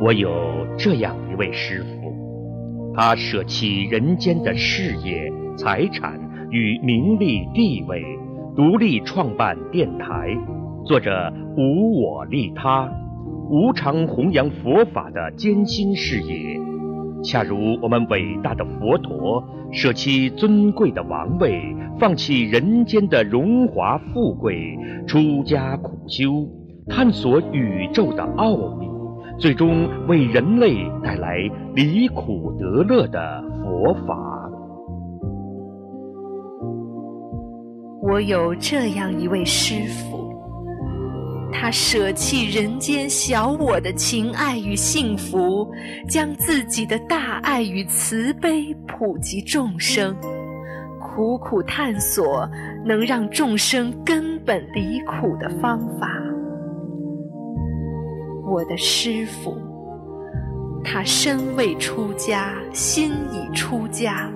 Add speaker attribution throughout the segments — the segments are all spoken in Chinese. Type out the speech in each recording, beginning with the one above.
Speaker 1: 我有这样一位师傅，他舍弃人间的事业、财产与名利地位，独立创办电台，做着无我利他、无偿弘扬佛法的艰辛事业。恰如我们伟大的佛陀舍弃尊贵的王位，放弃人间的荣华富贵，出家苦修，探索宇宙的奥秘，最终为人类带来离苦得乐的佛法。
Speaker 2: 我有这样一位师傅，他舍弃人间小我的情爱与幸福，将自己的大爱与慈悲普及众生，苦苦探索能让众生根本离苦的方法。我的师傅，他身未出家，心已出家。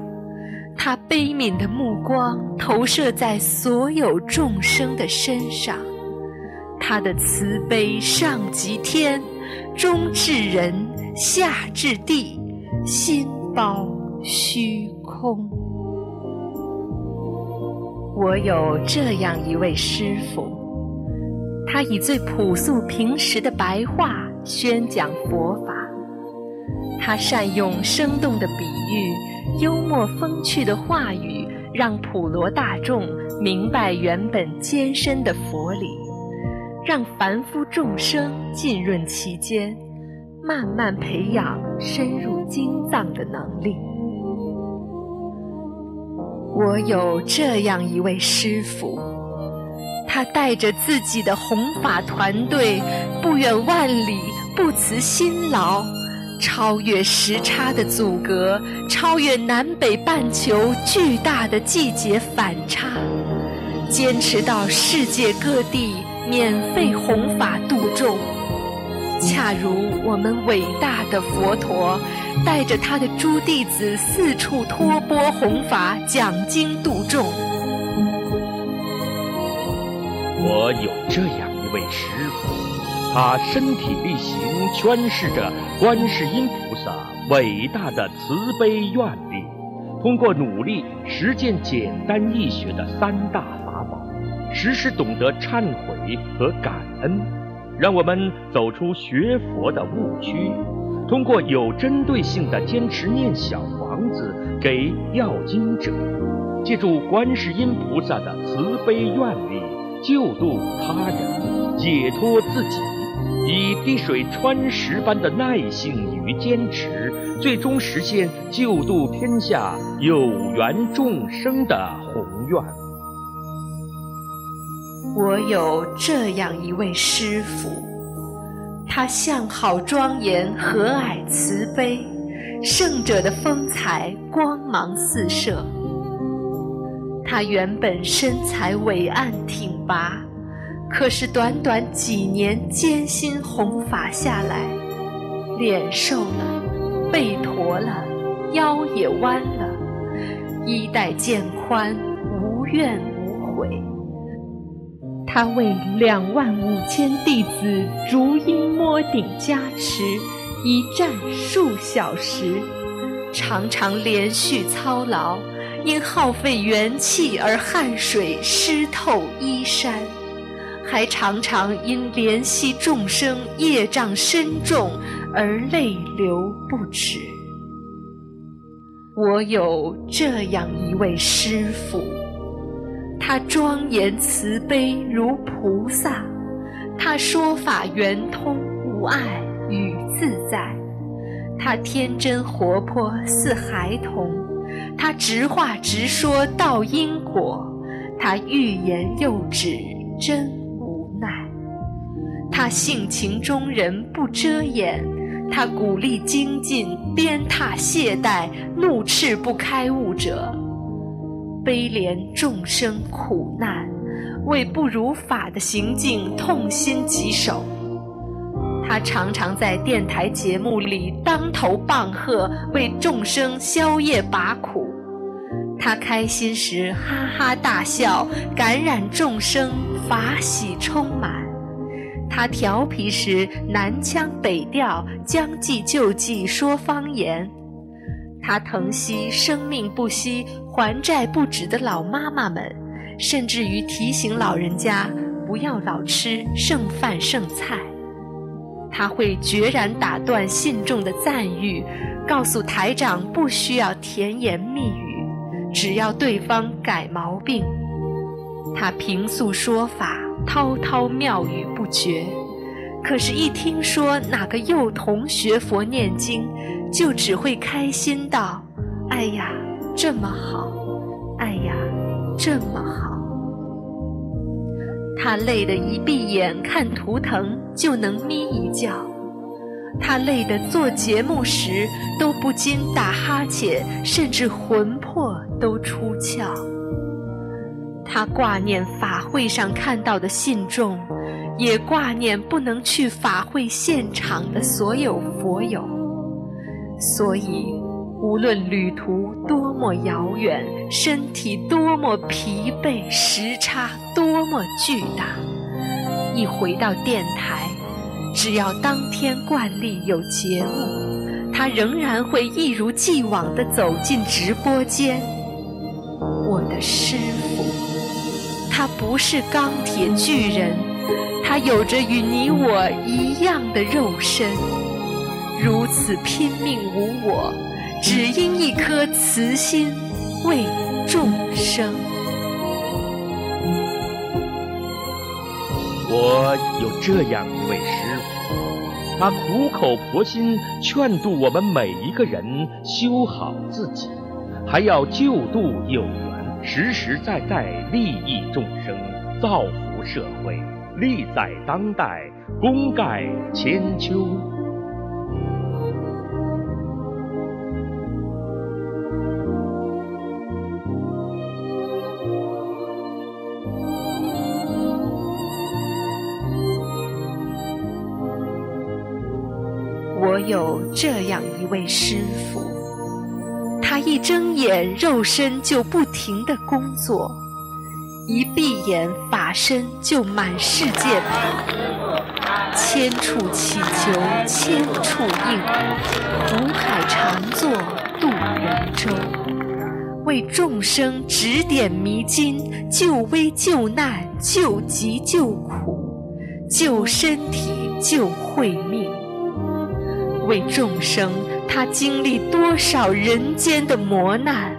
Speaker 2: 他悲悯的目光投射在所有众生的身上，他的慈悲上及天，中至人，下至地，心包虚空。我有这样一位师傅，他以最朴素平实的白话宣讲佛法，他善用生动的比喻。幽默风趣的话语，让普罗大众明白原本艰深的佛理，让凡夫众生浸润其间，慢慢培养深入经藏的能力。我有这样一位师傅，他带着自己的弘法团队，不远万里，不辞辛劳。超越时差的阻隔，超越南北半球巨大的季节反差，坚持到世界各地免费弘法度众。恰如我们伟大的佛陀，带着他的诸弟子四处托钵弘法、讲经度众。
Speaker 1: 我有这样一位师傅。他身体力行，诠释着观世音菩萨伟大的慈悲愿力。通过努力实践简单易学的三大法宝，时时懂得忏悔和感恩，让我们走出学佛的误区。通过有针对性的坚持念小房子给要经者，借助观世音菩萨的慈悲愿力，救度他人，解脱自己。以滴水穿石般的耐性与坚持，最终实现救度天下有缘众生的宏愿。
Speaker 2: 我有这样一位师傅，他相好庄严，和蔼慈悲，圣者的风采光芒四射。他原本身材伟岸挺拔。可是短短几年艰辛弘法下来，脸瘦了，背驼了，腰也弯了，衣带渐宽，无怨无悔。他为两万五千弟子逐一摸顶加持，一站数小时，常常连续操劳，因耗费元气而汗水湿透衣衫。还常常因怜惜众生业障深重而泪流不止。我有这样一位师父，他庄严慈悲如菩萨，他说法圆通无碍与自在，他天真活泼似孩童，他直话直说到因果，他欲言又止真。他性情中人，不遮掩；他鼓励精进，鞭挞懈怠，怒斥不开悟者，悲怜众生苦难，为不如法的行径痛心疾首。他常常在电台节目里当头棒喝，为众生消业拔苦。他开心时哈哈大笑，感染众生，法喜充满。他调皮时南腔北调，将计就计说方言。他疼惜生命不息、还债不止的老妈妈们，甚至于提醒老人家不要老吃剩饭剩菜。他会决然打断信众的赞誉，告诉台长不需要甜言蜜语，只要对方改毛病。他平素说法，滔滔妙语不绝，可是，一听说哪个幼童学佛念经，就只会开心道：“哎呀，这么好！哎呀，这么好！”他累得一闭眼看图腾就能眯一觉，他累得做节目时都不禁打哈欠，甚至魂魄都出窍。他挂念法会上看到的信众，也挂念不能去法会现场的所有佛友。所以，无论旅途多么遥远，身体多么疲惫，时差多么巨大，一回到电台，只要当天惯例有节目，他仍然会一如既往地走进直播间。我的师傅。他不是钢铁巨人，他有着与你我一样的肉身，如此拼命无我，只因一颗慈心为众生。
Speaker 1: 我有这样一位师傅，他苦口婆心劝度我们每一个人修好自己，还要救度有实实在在利益众生，造福社会，利在当代，功盖千秋。
Speaker 2: 我有这样一位师傅。他一睁眼，肉身就不停地工作；一闭眼，法身就满世界跑。千处祈求，千处应，苦海常作渡人舟。为众生指点迷津，救危救难，救急救苦，救身体，救慧命。为众生，他经历多少人间的磨难，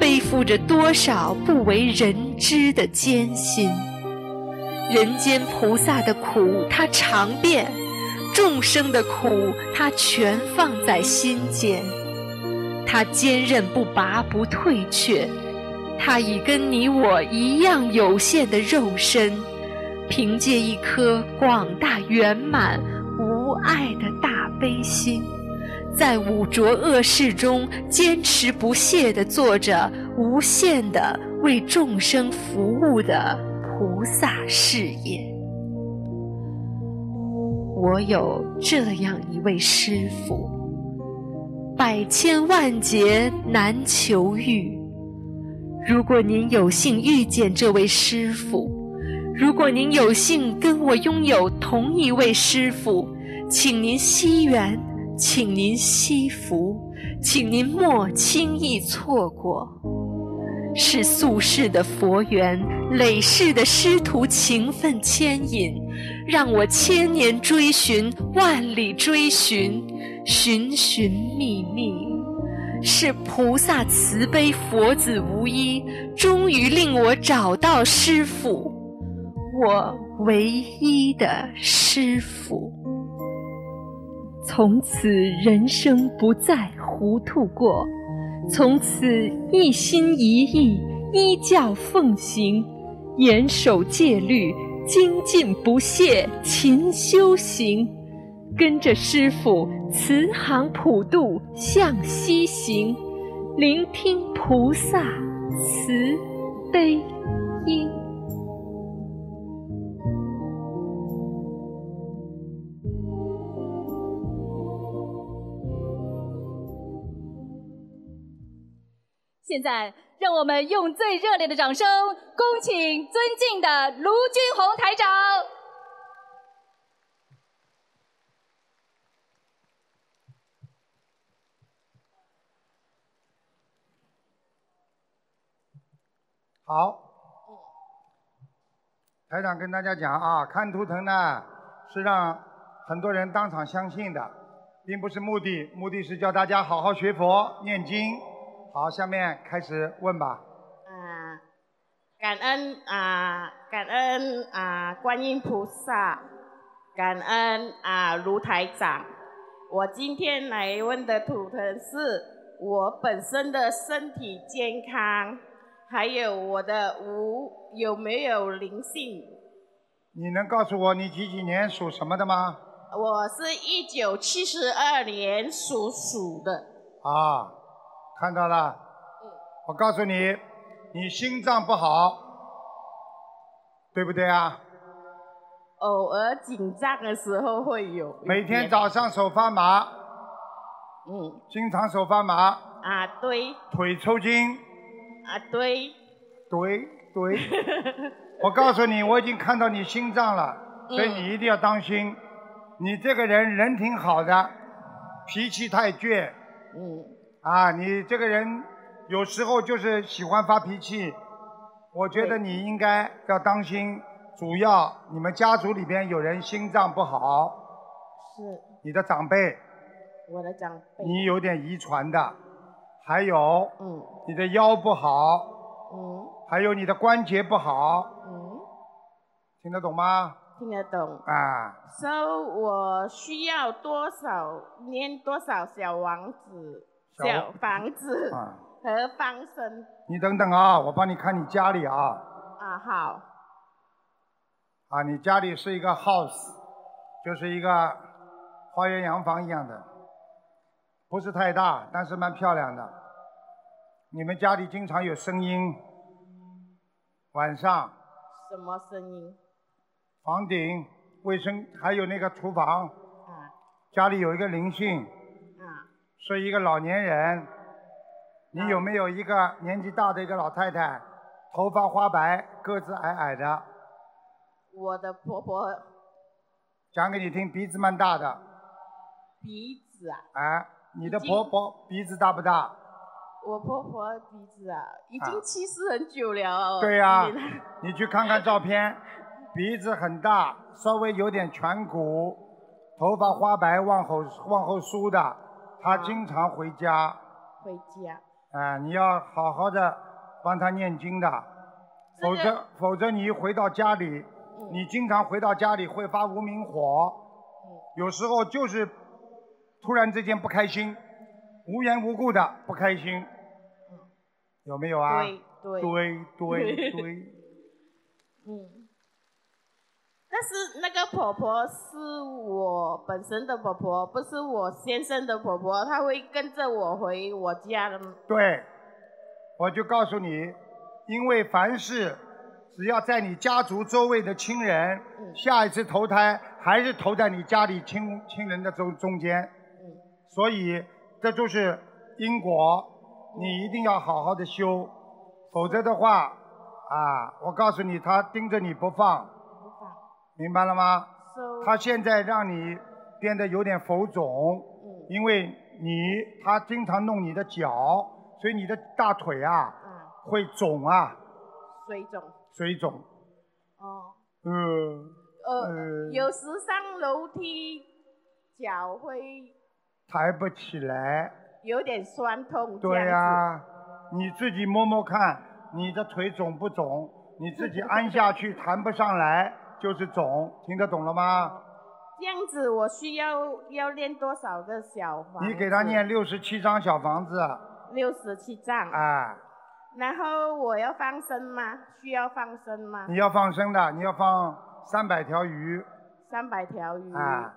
Speaker 2: 背负着多少不为人知的艰辛。人间菩萨的苦，他尝遍；众生的苦，他全放在心间。他坚韧不拔，不退却。他以跟你我一样有限的肉身，凭借一颗广大圆满、无碍的大。悲心，在五浊恶世中坚持不懈地做着无限的为众生服务的菩萨事业。我有这样一位师傅，百千万劫难求遇。如果您有幸遇见这位师傅，如果您有幸跟我拥有同一位师傅。请您惜缘，请您惜福，请您莫轻易错过。是宿世的佛缘，累世的师徒情分牵引，让我千年追寻，万里追寻，寻寻觅觅。是菩萨慈悲，佛子无一，终于令我找到师傅，我唯一的师傅。从此人生不再糊涂过，从此一心一意依教奉行，严守戒律，精进不懈，勤修行，跟着师傅慈航普渡向西行，聆听菩萨慈悲音。
Speaker 3: 现在，让我们用最热烈的掌声，恭请尊敬的卢军红台长。
Speaker 4: 好，台长跟大家讲啊，看图腾呢是让很多人当场相信的，并不是目的，目的是叫大家好好学佛念经。好，下面开始问吧。
Speaker 5: 啊，感恩啊，感恩啊，观音菩萨，感恩啊，卢台长。我今天来问的图腾是我本身的身体健康，还有我的无有没有灵性。
Speaker 4: 你能告诉我你几几年属什么的吗？
Speaker 5: 我是一九七十二年属鼠的。
Speaker 4: 啊，看到了。我告诉你，你心脏不好，对不对啊？
Speaker 5: 偶尔紧张的时候会有一点。
Speaker 4: 每天早上手发麻，
Speaker 5: 嗯
Speaker 4: 经常手发麻，
Speaker 5: 啊对
Speaker 4: 腿抽筋，
Speaker 5: 啊对
Speaker 4: 对 对。我告诉你，我已经看到你心脏了，所以
Speaker 5: 嗯
Speaker 4: 你一定要当心。你这个人人挺好的，脾气太倔
Speaker 5: 嗯
Speaker 4: 啊，你这个人有时候就是喜欢发脾气。我觉得
Speaker 5: 对
Speaker 4: 你应该要当心，主要你们家族里边有人心脏不好，
Speaker 5: 是
Speaker 4: 你的长辈
Speaker 5: 我的长辈。
Speaker 4: 你有点遗传的，还有
Speaker 5: 嗯
Speaker 4: 你的腰不好，
Speaker 5: 嗯
Speaker 4: 还有你的关节不好，
Speaker 5: 嗯，
Speaker 4: 听得懂吗？
Speaker 5: 听得懂。
Speaker 4: 啊，
Speaker 5: So 我需要多少念多少小王子、
Speaker 4: 小
Speaker 5: 小房子
Speaker 4: 啊，
Speaker 5: 和放生
Speaker 4: 你等等啊，我帮你看你家里啊，
Speaker 5: 啊？好，
Speaker 4: 啊，你家里是一个 house，就是一个花园洋房一样的，不是太大，但是蛮漂亮的。你们家里经常有声音，晚上
Speaker 5: 什么声音
Speaker 4: 房顶、卫生还有那个厨房，
Speaker 5: 啊
Speaker 4: 家里有一个灵性，
Speaker 5: 啊？
Speaker 4: 是一个老年人，你有没有一个年纪大的一个老太太，头发花白，个子矮矮的，
Speaker 5: 我的婆婆
Speaker 4: 讲给你听，鼻子蛮大的，
Speaker 5: 鼻子啊，
Speaker 4: 哎，你的
Speaker 5: 已经
Speaker 4: 婆婆鼻子大不大？
Speaker 5: 我婆婆鼻子啊，已
Speaker 4: 啊
Speaker 5: 经去世很久了。哦
Speaker 4: 对啊呀、
Speaker 5: 你呢
Speaker 4: 你去看看照片，鼻子很大，稍微有点颧骨，头发花白，往后往后梳的，
Speaker 5: 啊
Speaker 4: 她经常回家，
Speaker 5: 回家。
Speaker 4: 哎，你要好好的帮她念经的，
Speaker 5: 这
Speaker 4: 否
Speaker 5: 个
Speaker 4: 则否则你一回到家里，
Speaker 5: 嗯
Speaker 4: 你经常回到家里会发无名火，
Speaker 5: 嗯
Speaker 4: 有时候就是突然之间不开心，无缘无故的不开心，有没有啊？
Speaker 5: 嗯对对
Speaker 4: 对对对，
Speaker 5: 嗯，但是那个婆婆是我本身的婆婆，不是我先生的婆婆，她会跟着我回我家的。
Speaker 4: 对，我就告诉你，因为凡是只要在你家族周围的亲人，
Speaker 5: 嗯
Speaker 4: 下一次投胎还是投在你家里亲亲人的中中间，
Speaker 5: 嗯
Speaker 4: 所以这就是因果，你一定要好好的修，否则的话，啊，我告诉你，他盯着你不放，明白了吗？
Speaker 5: ，so
Speaker 4: 他现在让你变得有点浮肿，
Speaker 5: 嗯
Speaker 4: 因为你他经常弄你的脚，所以你的大腿啊
Speaker 5: 啊，
Speaker 4: 会肿啊，
Speaker 5: 水肿
Speaker 4: 水肿。
Speaker 5: 哦，
Speaker 4: 嗯，
Speaker 5: 呃，
Speaker 4: 嗯
Speaker 5: 有时上楼梯脚会
Speaker 4: 抬不起来。
Speaker 5: 有点酸痛，这
Speaker 4: 对呀、啊
Speaker 5: 样子
Speaker 4: 你自己摸摸看，你的腿肿不肿？你自己按下 去弹不上来就是肿，听得懂了吗？
Speaker 5: 这样子我需要要练多少个小房？
Speaker 4: 你给他念六十七张小房子，
Speaker 5: 六十七章，
Speaker 4: 哎，
Speaker 5: 然后我要放生吗？需要放生吗？
Speaker 4: 你要放生的，你要放三百条鱼，
Speaker 5: 三百条鱼。
Speaker 4: 哎。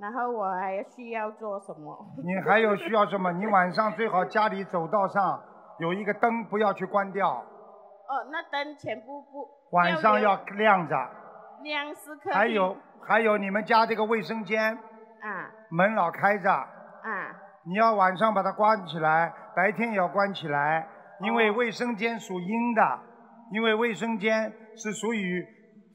Speaker 5: 然后我还需要做什么？
Speaker 4: 你还 有需要什么？你晚上最好家里走道上有一个灯，不要去关掉，
Speaker 5: 哦，那灯全部不
Speaker 4: 晚上要
Speaker 5: 要
Speaker 4: 亮着。
Speaker 5: 有亮是客厅
Speaker 4: 还有还有，你们家这个卫生间
Speaker 5: 啊
Speaker 4: 门老开着，
Speaker 5: 啊
Speaker 4: 你要晚上把它关起来，白天也要关起来，因为卫生间属阴的，因为卫生间是属于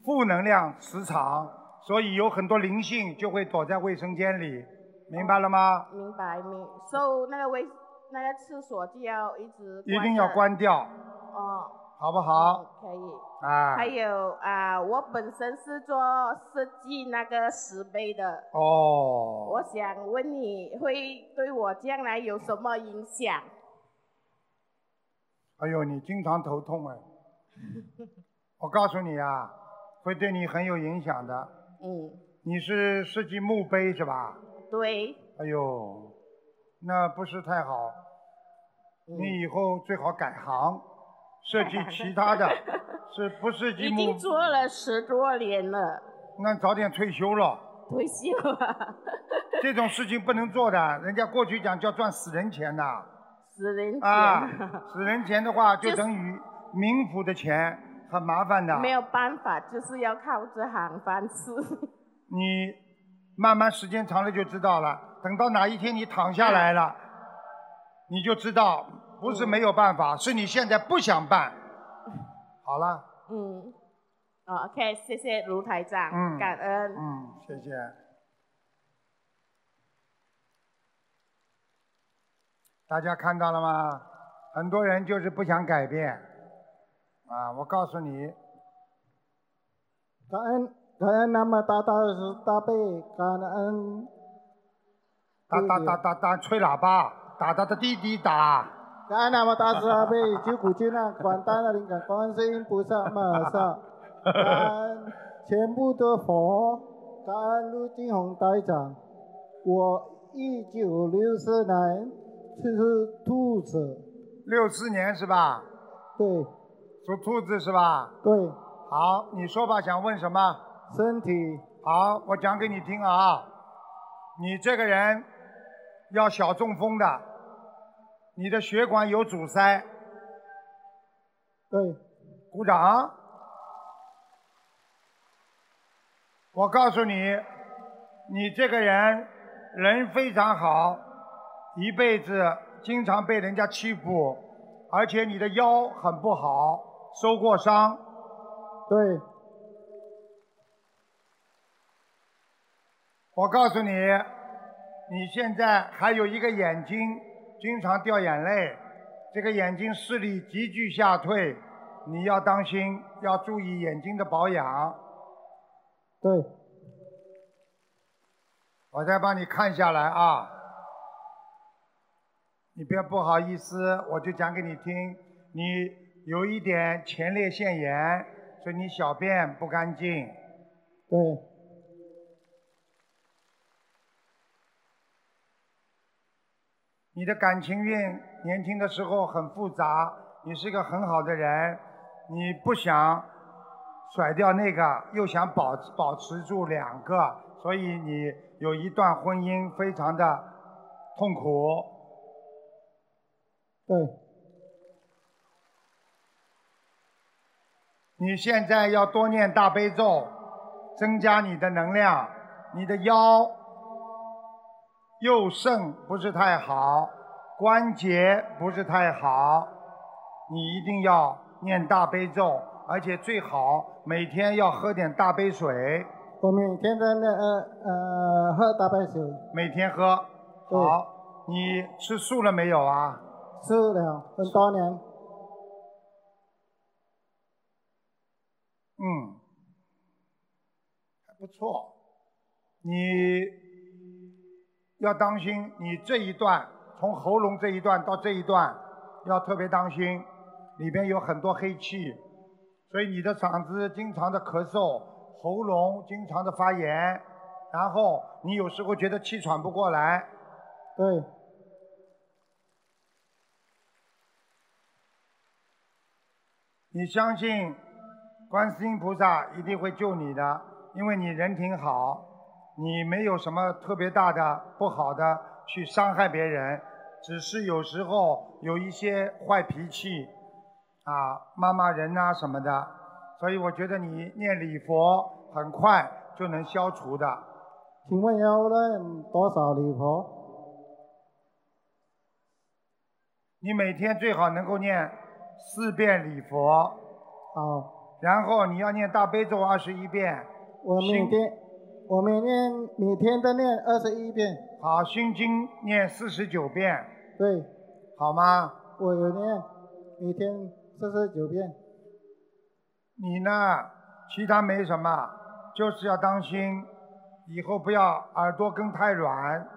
Speaker 4: 负能量磁场，所以有很多灵性就会躲在卫生间里，明白了吗？
Speaker 5: 明白明。所、so, 那个卫那个厕所就要一直
Speaker 4: 一定要
Speaker 5: 着
Speaker 4: 关掉。
Speaker 5: 哦
Speaker 4: 好不好？
Speaker 5: 可以。
Speaker 4: 啊
Speaker 5: 还，有啊，我本身是做设计那个石碑的，
Speaker 4: 哦，
Speaker 5: 我想问你会对我将来有什么影响？
Speaker 4: 哎呦，你经常头痛哎，我告诉你啊，会对你很有影响的。
Speaker 5: 嗯，
Speaker 4: 你是设计墓碑是吧？
Speaker 5: 对，
Speaker 4: 哎呦，那不是太好。
Speaker 5: 嗯
Speaker 4: 你以后最好改行，设计其他 的，是不设计
Speaker 5: 已
Speaker 4: 墓
Speaker 5: 经？做了十多年了，
Speaker 4: 那早点退休了，
Speaker 5: 退休了，
Speaker 4: 这种事情不能做的。人家过去讲叫赚死人钱呐，
Speaker 5: 死人钱、
Speaker 4: 啊，死人钱的话就
Speaker 5: 就是
Speaker 4: 等于冥府的钱，很麻烦的。
Speaker 5: 没有办法，就是要靠这行饭吃。
Speaker 4: 你慢慢时间长了就知道了。等到哪一天你躺下来了，你就知道不是没有办法，是你现在不想办。好了，
Speaker 5: 嗯，哦，OK，谢谢卢台长，
Speaker 4: 嗯
Speaker 5: 感恩。
Speaker 4: 嗯，谢谢。大家看到了吗？很多人就是不想改变啊！我告诉你，
Speaker 6: 感恩感恩南无大大慈大悲，感恩
Speaker 4: 打打打打打吹喇叭，打打的滴滴打。
Speaker 6: 感恩南无大慈大悲救苦救难广大的灵感观世音菩萨玛萨，感恩全部的佛，感恩陆金红台长。我一九六四年是兔子，
Speaker 4: 六四年是吧？
Speaker 6: 对
Speaker 4: 属兔子是吧？
Speaker 6: 对，
Speaker 4: 好，你说吧，想问什么？
Speaker 6: 身体
Speaker 4: 好，我讲给你听啊。你这个人要小中风的，你的血管有阻塞。
Speaker 6: 对
Speaker 4: 鼓掌。我告诉你，你这个人人非常好，一辈子经常被人家欺负，而且你的腰很不好，受过伤。
Speaker 6: 对
Speaker 4: 我告诉你，你现在还有一个眼睛经常掉眼泪，这个眼睛视力急剧下退，你要当心，要注意眼睛的保养。
Speaker 6: 对
Speaker 4: 我再帮你看下来啊，你别不好意思，我就讲给你听，你有一点前列腺炎，所以你小便不干净。
Speaker 6: 对
Speaker 4: 你的感情运年轻的时候很复杂，你是一个很好的人，你不想甩掉那个，又想保保持住两个，所以你有一段婚姻非常的痛苦。
Speaker 6: 对
Speaker 4: 你现在要多念大悲咒，增加你的能量。你的腰、右肾不是太好，关节不是太好，你一定要念大悲咒，而且最好每天要喝点大杯水，
Speaker 6: 我每天在那呃呃喝大白水，
Speaker 4: 每天喝。
Speaker 6: 对
Speaker 4: 好，你吃素了没有啊？
Speaker 6: 吃了很多年。
Speaker 4: 嗯，还不错。你要当心，你这一段从喉咙这一段到这一段，要特别当心，里边有很多黑气，所以你的嗓子经常的咳嗽，喉咙经常的发炎，然后你有时候觉得气喘不过来，
Speaker 6: 对
Speaker 4: 你相信观世音菩萨一定会救你的，因为你人挺好，你没有什么特别大的不好的去伤害别人，只是有时候有一些坏脾气啊，骂骂人呐、什么的，所以我觉得你念礼佛很快就能消除的。
Speaker 6: 请问要认多少礼佛？
Speaker 4: 你每天最好能够念四遍礼佛，
Speaker 6: 好，
Speaker 4: 然后你要念大悲咒二十一遍，
Speaker 6: 我每
Speaker 4: 行
Speaker 6: 天我每天每天都念二十一遍，
Speaker 4: 好心经念四十九遍。
Speaker 6: 对
Speaker 4: 好吗？
Speaker 6: 我有念每天四十九遍，
Speaker 4: 你呢，其他没什么，就是要当心，以后不要耳朵根太软，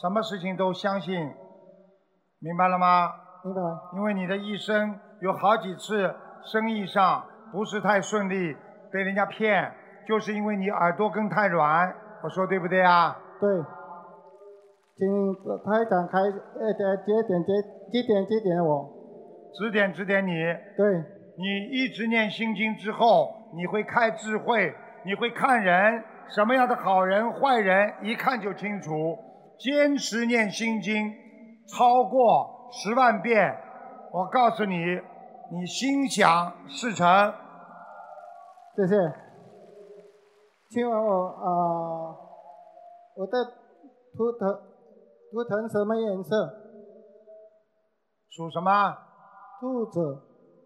Speaker 4: 什么事情都相信，明白了吗？
Speaker 6: 明白？
Speaker 4: 因为你的一生有好几次生意上不是太顺利，被人家骗，就是因为你耳朵根太软。我说对不对啊？
Speaker 6: 对，请台长开呃呃指点指指点指点我。
Speaker 4: 指点指点你。
Speaker 6: 对，
Speaker 4: 你一直念心经之后，你会开智慧，你会看人什么样的好人坏人，一看就清楚。坚持念心经，超过十万遍，我告诉你，你心想事成。
Speaker 6: 谢谢。请问我啊、呃我的图腾图腾什么颜色？
Speaker 4: 属什么？
Speaker 6: 兔子。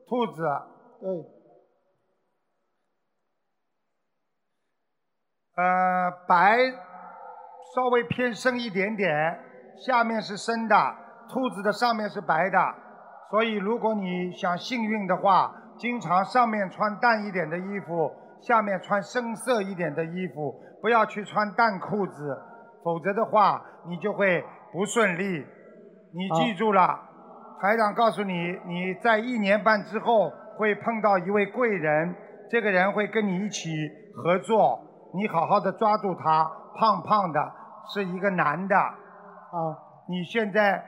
Speaker 4: 兔子。
Speaker 6: 对，
Speaker 4: 呃，白稍微偏深一点点，下面是深的，兔子的上面是白的，所以如果你想幸运的话，经常上面穿淡一点的衣服，下面穿深色一点的衣服，不要去穿淡裤子，否则的话你就会不顺利。你记住了，台长告诉你，你在一年半之后会碰到一位贵人，这个人会跟你一起合作，你好好的抓住他。胖胖的，是一个男的，
Speaker 6: 好，
Speaker 4: 你现在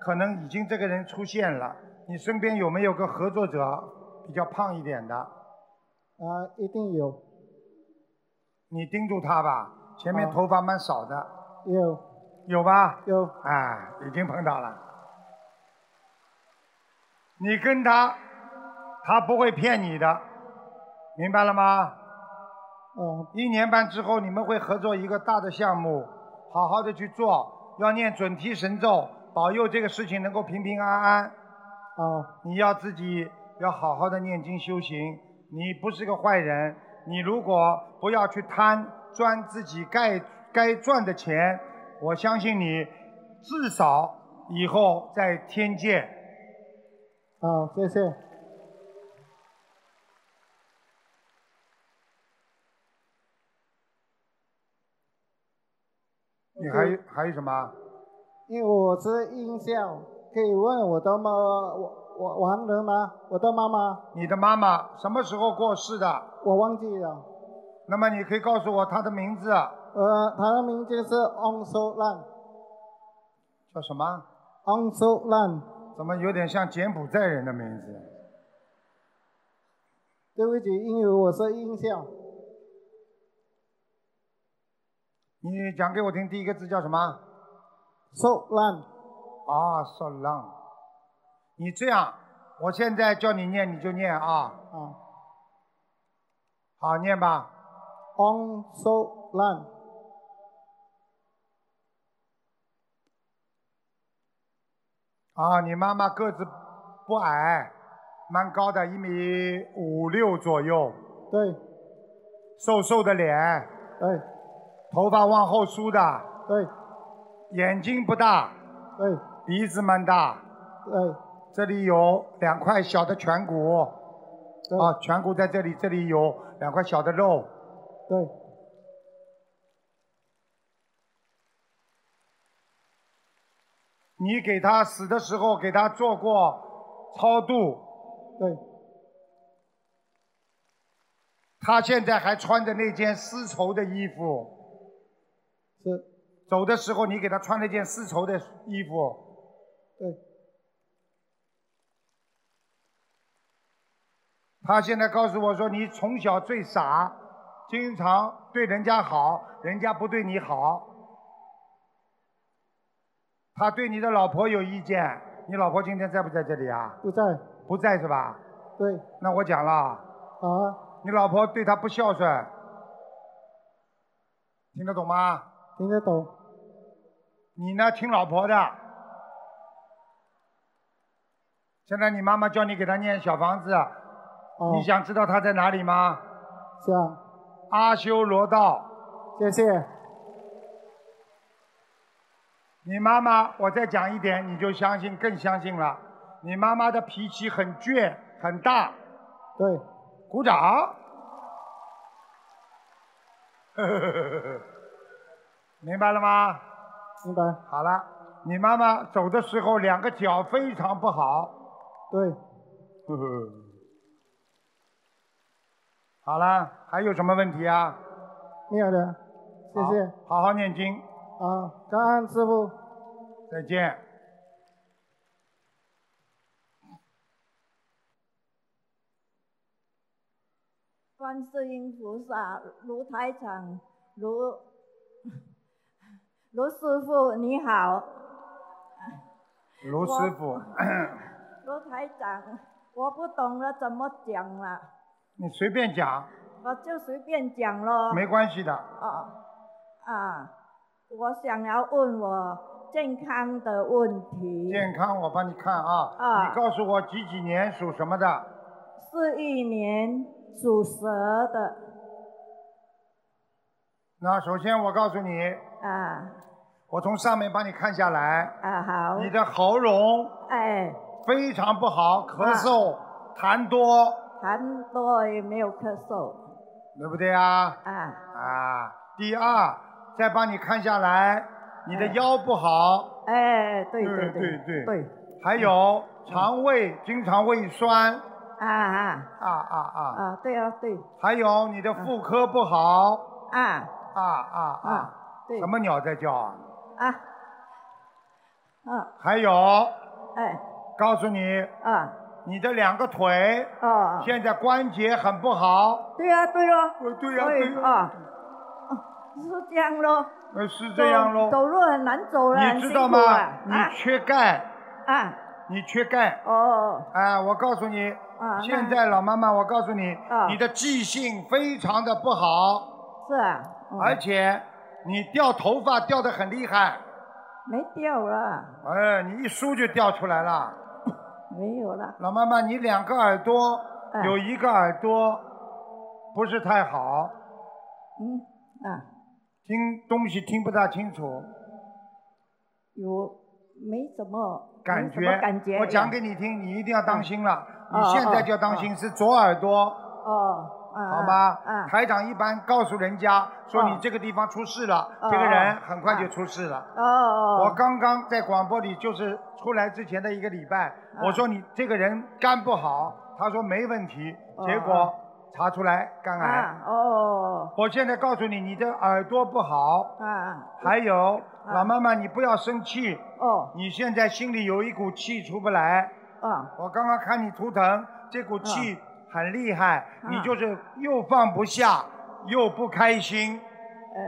Speaker 4: 可能已经这个人出现了，你身边有没有个合作者比较胖一点的？
Speaker 6: 啊、一定有
Speaker 4: 你盯住他吧，前面
Speaker 6: 好
Speaker 4: 头发蛮少的，
Speaker 6: 啊有
Speaker 4: 有吧？
Speaker 6: 有，
Speaker 4: 哎，已经碰到了。你跟他，他不会骗你的，明白了吗？
Speaker 6: 嗯、
Speaker 4: 一年半之后，你们会合作一个大的项目，好好的去做，要念准提神咒，保佑这个事情能够平平安安。
Speaker 6: 好，
Speaker 4: 你要自己要好好的念经修行，你不是个坏人。你如果不要去贪，赚自己该该赚的钱，我相信你至少以后在天界。
Speaker 6: 好，哦谢谢。
Speaker 4: 你还有还有什么？
Speaker 6: 因为我是音效，可以问我的妈，我我亡人吗？我的妈妈，
Speaker 4: 你的妈妈什么时候过世的？
Speaker 6: 我忘记了。
Speaker 4: 那么你可以告诉我她的名字啊
Speaker 6: 呃，她的名字是翁秀兰，
Speaker 4: 叫什么？
Speaker 6: 翁秀兰。
Speaker 4: 怎么有点像柬埔寨人的名字？
Speaker 6: 对不起，因为我是音效，
Speaker 4: 你讲给我听，第一个字叫什么？
Speaker 6: 秀兰。
Speaker 4: 啊，少浪。你这样，我现在叫你念，你就念啊，
Speaker 6: 啊，
Speaker 4: 好念吧。
Speaker 6: 翁秀兰。
Speaker 4: 啊，你妈妈个子不矮，蛮高的，一米五六左右，
Speaker 6: 对
Speaker 4: 瘦瘦的脸，
Speaker 6: 对
Speaker 4: 头发往后梳的，
Speaker 6: 对
Speaker 4: 眼睛不大，
Speaker 6: 对
Speaker 4: 鼻子蛮大，
Speaker 6: 对
Speaker 4: 这里有两块小的颧骨，
Speaker 6: 对
Speaker 4: 啊，颧骨在这里，这里有两块小的肉，
Speaker 6: 对，
Speaker 4: 你给他死的时候给他做过超度，
Speaker 6: 对
Speaker 4: 他现在还穿着那件丝绸的衣服，
Speaker 6: 是，
Speaker 4: 走的时候你给他穿了件丝绸的衣服。
Speaker 6: 对
Speaker 4: 他现在告诉我说，你从小最傻，经常对人家好，人家不对你好。他对你的老婆有意见，你老婆今天在不在这里啊？
Speaker 6: 不在，
Speaker 4: 不在是吧？
Speaker 6: 对
Speaker 4: 那我讲了，
Speaker 6: 啊，
Speaker 4: 你老婆对他不孝顺，听得懂吗？
Speaker 6: 听得懂，
Speaker 4: 你呢，听老婆的。现在你妈妈叫你给她念小房子，
Speaker 6: 啊，
Speaker 4: 你想知道她在哪里吗？
Speaker 6: 想，
Speaker 4: 阿修罗道。
Speaker 6: 啊谢谢，
Speaker 4: 你妈妈，我再讲一点，你就相信，更相信了。你妈妈的脾气很倔，很大，
Speaker 6: 对
Speaker 4: 鼓掌。 明白了吗？
Speaker 6: 明白？
Speaker 4: 好了，你妈妈走的时候两个脚非常不好。
Speaker 6: 对，
Speaker 4: 好了，还有什么问题啊？
Speaker 6: 没有的，谢
Speaker 4: 好
Speaker 6: 谢。
Speaker 4: 好好啊念经，
Speaker 6: 啊，感恩师傅。
Speaker 4: 再见。
Speaker 7: 观世音菩萨、卢台长、卢卢师傅你好，
Speaker 4: 卢师傅，
Speaker 7: 卢台长，我不懂得怎么讲了，
Speaker 4: 你随便讲，
Speaker 7: 我就随便讲咯。
Speaker 4: 没关系的。
Speaker 7: 哦，啊，我想要问我健康的问题，
Speaker 4: 健康我帮你看啊，
Speaker 7: 啊
Speaker 4: 你告诉我几几年属什么的？
Speaker 7: 是一年属蛇的
Speaker 4: 那首先我告诉你，
Speaker 7: 啊
Speaker 4: 我从上面帮你看下来，
Speaker 7: 啊好，
Speaker 4: 你的喉咙
Speaker 7: 哎，啊
Speaker 4: 非常不好，咳嗽、痰多，
Speaker 7: 痰多也没有咳嗽
Speaker 4: 对不对啊？
Speaker 7: 啊，
Speaker 4: 啊，第二，再帮你看下来，你的腰不好，
Speaker 7: 哎，对
Speaker 4: 对
Speaker 7: 对
Speaker 4: 对对
Speaker 7: 对对嗯
Speaker 4: 还有肠胃经常胃酸，
Speaker 7: 啊啊
Speaker 4: 啊啊啊，
Speaker 7: 啊，对啊对
Speaker 4: 还有你的妇科不好，
Speaker 7: 啊
Speaker 4: 啊啊啊，
Speaker 7: 啊对
Speaker 4: 什么鸟在叫啊？
Speaker 7: 啊啊
Speaker 4: 还有，
Speaker 7: 哎
Speaker 4: 告诉你，
Speaker 7: 啊
Speaker 4: 你的两个腿
Speaker 7: 哦，
Speaker 4: 现在关节很不好，
Speaker 7: 对啊对咯，
Speaker 4: 呃对呀
Speaker 7: 所以
Speaker 4: 对呀
Speaker 7: 啊，哦是这样咯，
Speaker 4: 呃是这样喽
Speaker 7: 走。走路很难走了，
Speaker 4: 你
Speaker 7: 很
Speaker 4: 知
Speaker 7: 辛
Speaker 4: 道
Speaker 7: 苦
Speaker 4: 吗
Speaker 7: 啊？
Speaker 4: 你
Speaker 7: 啊
Speaker 4: 缺钙，
Speaker 7: 啊
Speaker 4: 你缺钙。
Speaker 7: 哦
Speaker 4: 哎，我告诉你，
Speaker 7: 啊，
Speaker 4: 现
Speaker 7: 那
Speaker 4: 在老妈妈，我告诉你，
Speaker 7: 啊
Speaker 4: 你的记性非常的不好，
Speaker 7: 是啊，嗯
Speaker 4: 而且你掉头发掉得很厉害，
Speaker 7: 没掉了，
Speaker 4: 哎，你一梳就掉出来了。
Speaker 7: 没有了，
Speaker 4: 老妈妈，你两个耳朵
Speaker 7: 哎
Speaker 4: 有一个耳朵不是太好，
Speaker 7: 嗯啊
Speaker 4: 听东西听不大清楚，
Speaker 7: 有没怎么
Speaker 4: 感
Speaker 7: 没什
Speaker 4: 觉
Speaker 7: 么感觉，
Speaker 4: 我讲给你听，你一定要当心了，
Speaker 7: 嗯
Speaker 4: 你
Speaker 7: 哦
Speaker 4: 现在就要当心是左耳朵。
Speaker 7: 哦啊
Speaker 4: 好吗？
Speaker 7: 啊
Speaker 4: 台长一般告诉人家说
Speaker 7: 哦
Speaker 4: 你这个地方出事了，
Speaker 7: 哦
Speaker 4: 这个人
Speaker 7: 哦
Speaker 4: 很快就
Speaker 7: 啊
Speaker 4: 出事了。
Speaker 7: 哦哦，
Speaker 4: 我刚刚在广播里，就是出来之前的一个礼拜，
Speaker 7: 啊
Speaker 4: 我说你这个人肝不好，他说没问题，
Speaker 7: 哦
Speaker 4: 结果查出来肝癌。
Speaker 7: 啊哦
Speaker 4: 我现在告诉你，你的耳朵不好，
Speaker 7: 啊
Speaker 4: 还有
Speaker 7: 啊
Speaker 4: 老妈妈，你不要生气，
Speaker 7: 哦
Speaker 4: 你现在心里有一股气出不来。
Speaker 7: 哦。
Speaker 4: 我刚刚看你图腾，这股气很厉害，
Speaker 7: 啊
Speaker 4: 你就是又放不下，又不开心，
Speaker 7: 哎，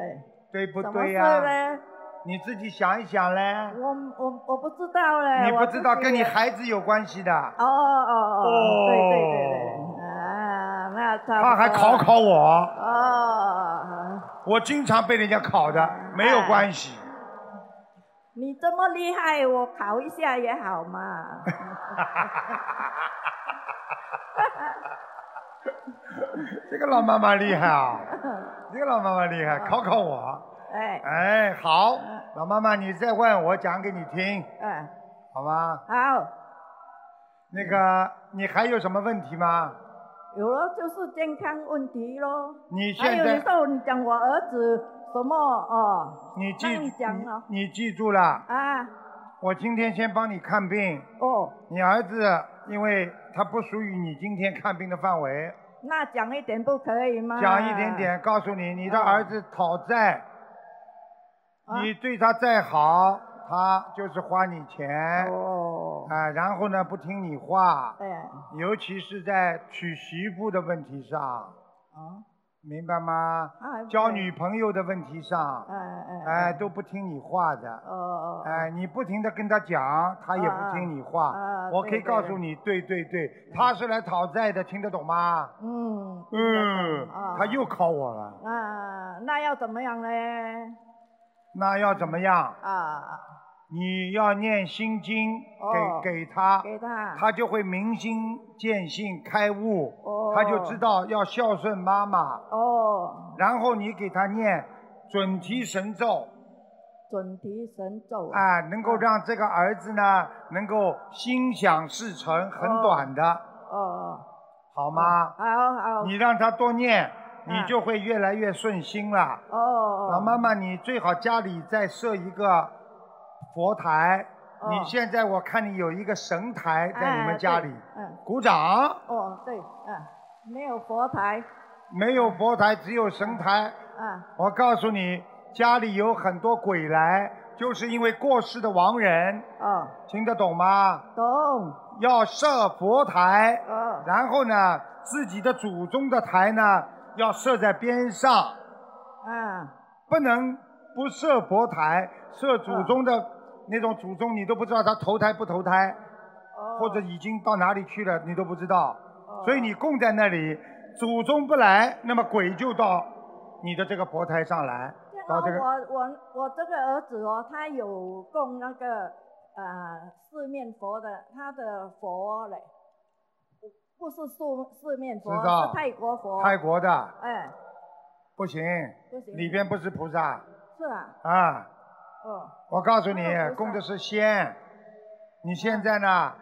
Speaker 4: 对不
Speaker 7: 怎么
Speaker 4: 对
Speaker 7: 事
Speaker 4: 呀、
Speaker 7: 嘞？
Speaker 4: 你自己想一想嘞。
Speaker 7: 我我我不知道嘞，
Speaker 4: 你
Speaker 7: 我
Speaker 4: 不知道
Speaker 7: 自己
Speaker 4: 跟你
Speaker 7: 也
Speaker 4: 孩子有关系的，
Speaker 7: 哦哦哦
Speaker 4: 哦
Speaker 7: 哦，对对对对，啊，那差不多
Speaker 4: 他还考考我，
Speaker 7: 哦，
Speaker 4: 我经常被人家考的，没有关系。
Speaker 7: 你这么厉害，我考一下也好嘛。
Speaker 4: 这个老妈妈厉害啊，这个老妈妈厉害，考考我。
Speaker 7: 嗯哎嗯
Speaker 4: 哎，好，老妈妈，你再问我讲给你听，
Speaker 7: 哎，
Speaker 4: 好吗？
Speaker 7: 好，
Speaker 4: 那个，你还有什么问题吗？
Speaker 7: 有了就是健康问题咯。
Speaker 4: 你
Speaker 7: 还
Speaker 4: 现
Speaker 7: 有
Speaker 4: 在
Speaker 7: 你说你讲我儿子什么哦
Speaker 4: 你记
Speaker 7: 那你讲了
Speaker 4: 你你记住了，
Speaker 7: 啊
Speaker 4: 我今天先帮你看病。
Speaker 7: 哦，
Speaker 4: 你儿子，因为他不属于你今天看病的范围，
Speaker 7: 那讲一点不可以吗？
Speaker 4: 讲一点点，告诉你，你的
Speaker 7: 啊
Speaker 4: 儿子讨债，
Speaker 7: 啊
Speaker 4: 你对他再好，他就是花你钱，
Speaker 7: 哦，
Speaker 4: 啊，然后呢不听你话，
Speaker 7: 哎
Speaker 4: 尤其是在娶媳妇的问题上，
Speaker 7: 哦。
Speaker 4: 明白吗？
Speaker 7: 啊
Speaker 4: 交
Speaker 7: 对
Speaker 4: 女朋友的问题上，
Speaker 7: 哎
Speaker 4: 哎，
Speaker 7: 哎
Speaker 4: 都不听你话的。
Speaker 7: 哦
Speaker 4: 哎，你不停的跟他讲，他也不听你话。
Speaker 7: 啊啊
Speaker 4: 我可以
Speaker 7: 对对
Speaker 4: 告诉你，对对对，他是来讨债的，听得懂吗？
Speaker 7: 嗯
Speaker 4: 嗯，
Speaker 7: 啊
Speaker 4: 他又考我了，
Speaker 7: 啊，那要怎么样嘞？
Speaker 4: 那要怎么样？
Speaker 7: 啊，
Speaker 4: 你要念心经
Speaker 7: 哦
Speaker 4: 给给他，
Speaker 7: 给他
Speaker 4: 他就会明心见性开悟，
Speaker 7: 哦
Speaker 4: 他就知道要孝顺妈妈。
Speaker 7: 哦，
Speaker 4: 然后你给他念准提神咒，
Speaker 7: 准提神咒啊
Speaker 4: 啊，能够让这个儿子呢能够心想事成，很
Speaker 7: 哦
Speaker 4: 短的，
Speaker 7: 哦，
Speaker 4: 好吗？
Speaker 7: 好好，
Speaker 4: 你让他多念，你
Speaker 7: 啊
Speaker 4: 就会越来越顺心了。
Speaker 7: 哦，
Speaker 4: 老妈妈，你最好家里再设一个佛台。
Speaker 7: 哦
Speaker 4: 你现在我看你有一个神台在你
Speaker 7: 哎
Speaker 4: 们家
Speaker 7: 对
Speaker 4: 里，
Speaker 7: 嗯，
Speaker 4: 鼓掌。
Speaker 7: 哦，对，嗯，没有佛台，
Speaker 4: 没有佛台，只有神台。
Speaker 7: 啊，
Speaker 4: 我告诉你，家里有很多鬼来，就是因为过世的亡人，
Speaker 7: 哦，
Speaker 4: 听得懂吗？
Speaker 7: 懂，
Speaker 4: 要设佛台，
Speaker 7: 哦，
Speaker 4: 然后呢，自己的祖宗的台呢，要设在边上，
Speaker 7: 啊，
Speaker 4: 不能不设佛台，设祖宗的、那种祖宗，你都不知道他投胎不投胎，
Speaker 7: 哦，
Speaker 4: 或者已经到哪里去了，你都不知道。
Speaker 7: 哦，
Speaker 4: 所以你供在那里，祖宗不来，那么鬼就到你的这个佛台上来，
Speaker 7: 然
Speaker 4: 到
Speaker 7: 后
Speaker 4: 这个
Speaker 7: 啊我我我这个儿子哦，他有供那个呃四面佛的，他的佛嘞，不是四四面佛，
Speaker 4: 知道
Speaker 7: 是泰国佛。
Speaker 4: 泰国的
Speaker 7: 哎，
Speaker 4: 不行，
Speaker 7: 不行。
Speaker 4: 里边不是菩萨
Speaker 7: 是啊，
Speaker 4: 啊！
Speaker 7: 哦，
Speaker 4: 我告诉你
Speaker 7: 没有菩，萨
Speaker 4: 供的是仙。你现在呢，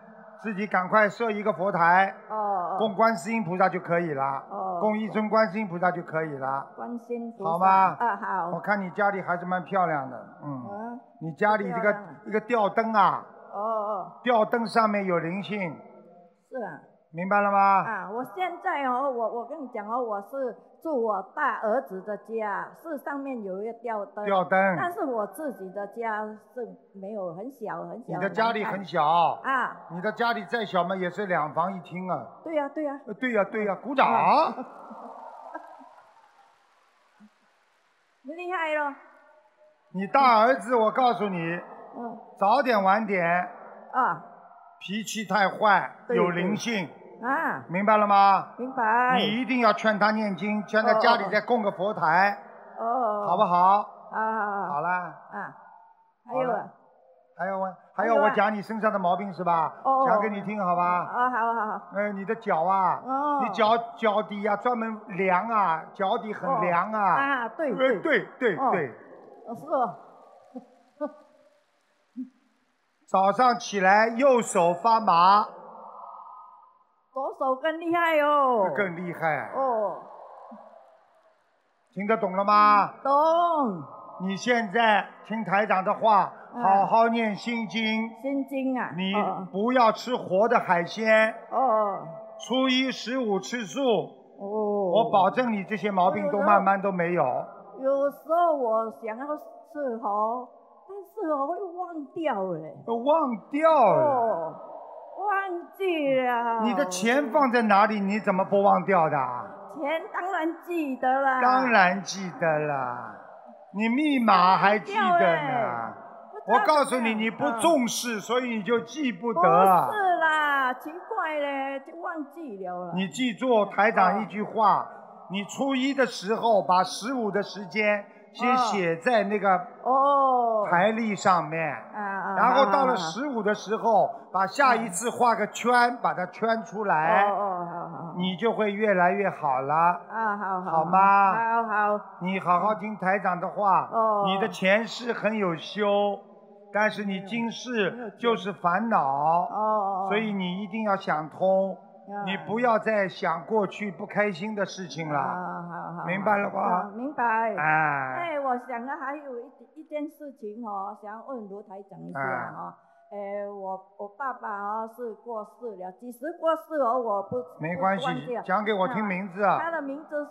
Speaker 4: 自己赶快设一个佛台，
Speaker 7: 哦哦。
Speaker 4: 供观世音菩萨就可以了，
Speaker 7: 哦
Speaker 4: 供一尊观世音菩萨就可以了。
Speaker 7: 观心
Speaker 4: 好吗
Speaker 7: 啊，
Speaker 4: 我
Speaker 7: 好。
Speaker 4: 看你家里还是蛮漂亮的，嗯，
Speaker 7: 嗯，
Speaker 4: 你家里这
Speaker 7: 漂亮
Speaker 4: 个一个吊灯啊，
Speaker 7: 哦哦，
Speaker 4: 吊灯上面有灵性，
Speaker 7: 是啊。
Speaker 4: 明白了吗？
Speaker 7: 啊，我现在哦，我我跟你讲哦，我是住我大儿子的家，是上面有一个吊灯，
Speaker 4: 吊灯，
Speaker 7: 但是我自己的家是没有很小很小。
Speaker 4: 你的家里很
Speaker 7: 小
Speaker 4: 小，
Speaker 7: 啊？
Speaker 4: 你的家里再小嘛也是两房一厅啊。
Speaker 7: 对呀、对呀、啊
Speaker 4: 呃对呀、对呀、鼓掌。
Speaker 7: 你厉害咯。
Speaker 4: 你大儿子，我告诉你，
Speaker 7: 嗯
Speaker 4: 早点晚点，
Speaker 7: 啊
Speaker 4: 脾气太坏，
Speaker 7: 对
Speaker 4: 有灵性，
Speaker 7: 啊，
Speaker 4: 明白了吗？
Speaker 7: 明白。
Speaker 4: 你一定要劝他念经，劝他家里再供个佛台，
Speaker 7: 哦，
Speaker 4: 好不？好？
Speaker 7: 好好
Speaker 4: 好
Speaker 7: 好
Speaker 4: 啦，
Speaker 7: 啊，还
Speaker 4: 好
Speaker 7: 有
Speaker 4: 了
Speaker 7: 啊，
Speaker 4: 还要问，还
Speaker 7: 还
Speaker 4: 要
Speaker 7: 有啊
Speaker 4: 我讲你身上的毛病是吧？
Speaker 7: 哦
Speaker 4: 讲给你听好啊吧？
Speaker 7: 哦，好好好，
Speaker 4: 呃，你的脚啊，
Speaker 7: 哦，
Speaker 4: 你脚脚底啊专门凉啊，脚底很
Speaker 7: 哦
Speaker 4: 凉啊。
Speaker 7: 啊，对
Speaker 4: 呃
Speaker 7: 对，
Speaker 4: 对对
Speaker 7: 哦
Speaker 4: 对。
Speaker 7: 哦是哦，
Speaker 4: 早上起来右手发麻，
Speaker 7: 左手更厉害哦，
Speaker 4: 更厉害，
Speaker 7: 哦，
Speaker 4: 听得懂了吗？
Speaker 7: 嗯懂
Speaker 4: 你现在听台长的话，
Speaker 7: 嗯
Speaker 4: 好好念心经，
Speaker 7: 心经啊，
Speaker 4: 你
Speaker 7: 哦
Speaker 4: 不要吃活的海鲜，
Speaker 7: 哦
Speaker 4: 初一十五吃素，
Speaker 7: 哦，
Speaker 4: 我保证你这些毛病都慢慢都没有。
Speaker 7: 有时候我想要吃哦，但是我会忘掉嘞，
Speaker 4: 都忘掉了，
Speaker 7: 哦，忘记了，
Speaker 4: 你的钱放在哪里？你怎么不忘掉的啊？
Speaker 7: 钱当然记得啦，
Speaker 4: 当然记得了，你密码还记得呢
Speaker 7: 哎。
Speaker 4: 我告诉你，你不
Speaker 7: 中。
Speaker 4: 重视，所以你就记不
Speaker 7: 嗯不
Speaker 4: 得啊。
Speaker 7: 是啦，奇怪嘞，就忘记了啦。
Speaker 4: 你记住台长一句话：你初一的时候把十五的时间先写在那个
Speaker 7: 嗯哦，
Speaker 4: 台历上面，
Speaker 7: 啊啊，
Speaker 4: 然后到了
Speaker 7: 好
Speaker 4: 十五的时候，把下一次画个圈，把它圈出
Speaker 7: 好
Speaker 4: 来，
Speaker 7: 好哦哦，好好，
Speaker 4: 你就会越来越好了。
Speaker 7: 啊好好，
Speaker 4: 好吗
Speaker 7: 好好，
Speaker 4: 你好好听台长的话，
Speaker 7: 哦
Speaker 4: 你的前世很有修，但是你今
Speaker 7: 没有
Speaker 4: 世
Speaker 7: 修
Speaker 4: 就是烦恼，
Speaker 7: 哦，
Speaker 4: 所以你一定要想通，
Speaker 7: 啊
Speaker 4: 你不要再想过去不开心的事情了。
Speaker 7: 啊好好，
Speaker 4: 明白了吧
Speaker 7: 啊明白。
Speaker 4: 哎，
Speaker 7: 哎，我想啊，还有一一件事情哦，想问卢台长一下
Speaker 4: 哎
Speaker 7: 哦。哎，我我爸爸哦是过世了，几时过世哦，我不
Speaker 4: 没关系
Speaker 7: 不忘记了，
Speaker 4: 讲给我听名字啊
Speaker 7: 他。的名字是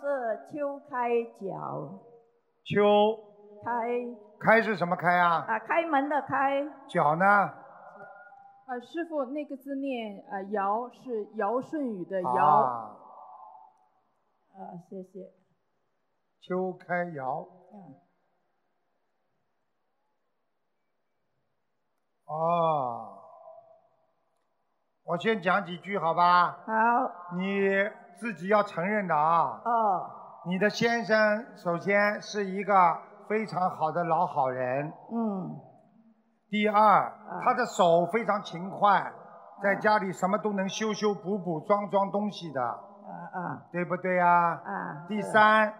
Speaker 7: 邱开角，
Speaker 4: 秋
Speaker 7: 开
Speaker 4: 开是什么开啊？
Speaker 7: 啊开门的开。
Speaker 4: 脚呢？
Speaker 8: 呃，师傅，那个字念呃“尧”，是尧舜禹
Speaker 7: 呃
Speaker 8: 的“尧”
Speaker 4: 啊，
Speaker 7: 啊，谢谢。
Speaker 4: 秋开窑。
Speaker 7: 嗯，
Speaker 4: 哦，我先讲几句好吧？
Speaker 7: 好，
Speaker 4: 你自己要承认的啊。
Speaker 7: 哦，
Speaker 4: 你的先生首先是一个非常好的老好人，
Speaker 7: 嗯，
Speaker 4: 第二，他的手非常勤快，
Speaker 7: 嗯
Speaker 4: 在家里什么都能修修补补、装装东西的，
Speaker 7: 啊啊
Speaker 4: 对不对呀、
Speaker 7: 啊，
Speaker 4: 第
Speaker 7: 是，
Speaker 4: 三，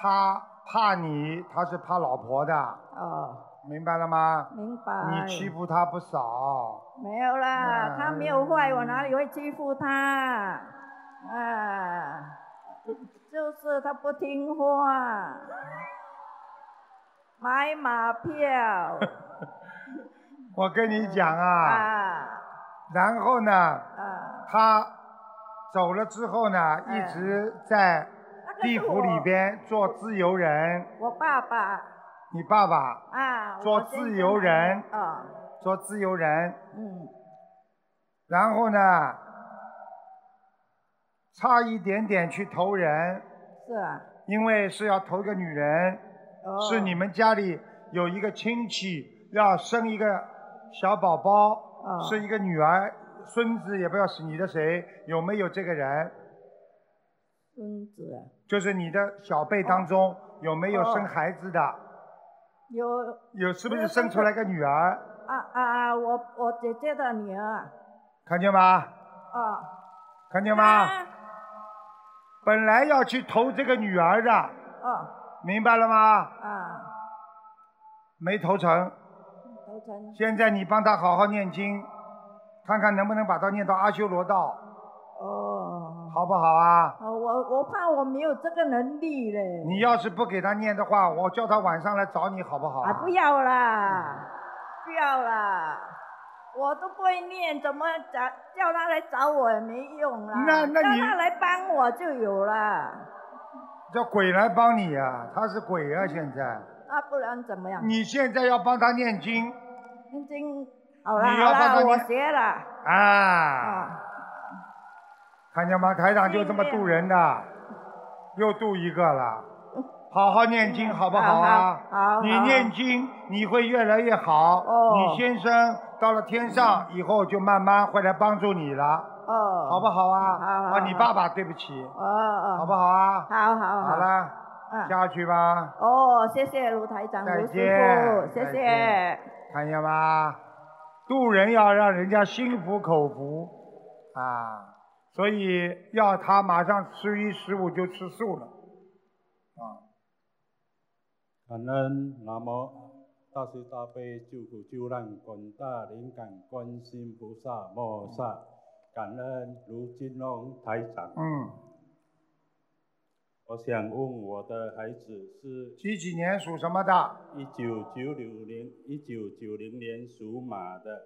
Speaker 4: 他怕你，他是怕老婆的，
Speaker 7: 哦，
Speaker 4: 明白了吗？
Speaker 7: 明白。
Speaker 4: 你欺负他不少，
Speaker 7: 没有啦，
Speaker 4: 哎
Speaker 7: 他没有坏，我哪里会欺负他？啊，就是他不听话，买马票
Speaker 4: 我跟你讲啊，
Speaker 7: 啊
Speaker 4: 然后呢，
Speaker 7: 啊，
Speaker 4: 他走了之后呢，
Speaker 7: 哎
Speaker 4: 一直在
Speaker 7: 那个
Speaker 4: 地
Speaker 7: 是
Speaker 4: 府
Speaker 7: 我
Speaker 4: 里边做自由人。
Speaker 7: 我爸爸
Speaker 4: 你爸爸
Speaker 7: 啊，
Speaker 4: 做
Speaker 7: 我先
Speaker 4: 自
Speaker 7: 生
Speaker 4: 由人
Speaker 7: 啊，
Speaker 4: 做自由人，
Speaker 7: 嗯，
Speaker 4: 然后呢，差一点点去投人，
Speaker 7: 是啊，
Speaker 4: 因为是要投一个女人，
Speaker 7: 哦
Speaker 4: 是你们家里有一个亲戚要生一个小宝宝，
Speaker 7: 哦
Speaker 4: 是一个女儿。孙子也不知道是你的谁，有没有这个人？
Speaker 7: 孙子啊
Speaker 4: 就是你的小辈当中有没有生
Speaker 7: 哦
Speaker 4: 孩子的？
Speaker 7: 有
Speaker 4: 有是不
Speaker 7: 没
Speaker 4: 是
Speaker 7: 有
Speaker 4: 生
Speaker 7: 生
Speaker 4: 出来个女儿？
Speaker 7: 啊啊，我我姐姐的女儿啊
Speaker 4: 看见吗？
Speaker 7: 啊，
Speaker 4: 看见吗？
Speaker 7: 啊
Speaker 4: 本来要去投这个女儿的，
Speaker 7: 哦
Speaker 4: 明白了吗？
Speaker 7: 啊，
Speaker 4: 没投成。
Speaker 7: 头疼
Speaker 4: 现在你帮他好好念经，看看能不能把他念到阿修罗道，
Speaker 7: 哦。
Speaker 4: 好不好啊？
Speaker 7: 哦，我我怕我没有这个能力嘞。
Speaker 4: 你要是不给他念的话，我叫他晚上来找你，好不好、
Speaker 7: 啊，不要啦，不要啦，我都不会念，怎么找叫他来找我也没用啦。
Speaker 4: 那那你
Speaker 7: 叫他来帮我就有啦。
Speaker 4: 叫鬼来帮你啊！他是鬼啊！现在，
Speaker 7: 那不然怎么样？
Speaker 4: 你现在要帮他念经
Speaker 7: 已经好啦
Speaker 4: 你要
Speaker 7: 好
Speaker 4: 帮他
Speaker 7: 啦，我
Speaker 4: 念
Speaker 7: 学了
Speaker 4: 啊！
Speaker 7: 啊。
Speaker 4: 看见吗？台长就这么渡人的，又渡一个了。好好念经好不好啊？
Speaker 7: 好好好
Speaker 4: 你念经，你会越来越好。
Speaker 7: 哦
Speaker 4: 你先生到了天上以后，就慢慢会来帮助你了，
Speaker 7: 哦，
Speaker 4: 好不好啊？
Speaker 7: 好好
Speaker 4: 啊，你爸爸，对不起，
Speaker 7: 哦哦，
Speaker 4: 好不？好啊？
Speaker 7: 好好
Speaker 4: 好，了，
Speaker 7: 嗯，
Speaker 4: 下去吧。
Speaker 7: 哦，谢谢卢台长、
Speaker 4: 再
Speaker 7: 卢师
Speaker 4: 见
Speaker 7: 傅，谢
Speaker 4: 再
Speaker 7: 谢
Speaker 4: 见。看见吗？渡人要让人家心服口服啊，所以要他马上初一十五就吃素了啊。
Speaker 9: 感恩南无大慈大悲救苦救难广大灵感观世音菩萨摩诃萨，感恩卢金龙台长。
Speaker 4: 嗯，
Speaker 9: 我想问我的孩子是
Speaker 4: 几几年属什么的？
Speaker 9: 一九九六年一九九零年属马的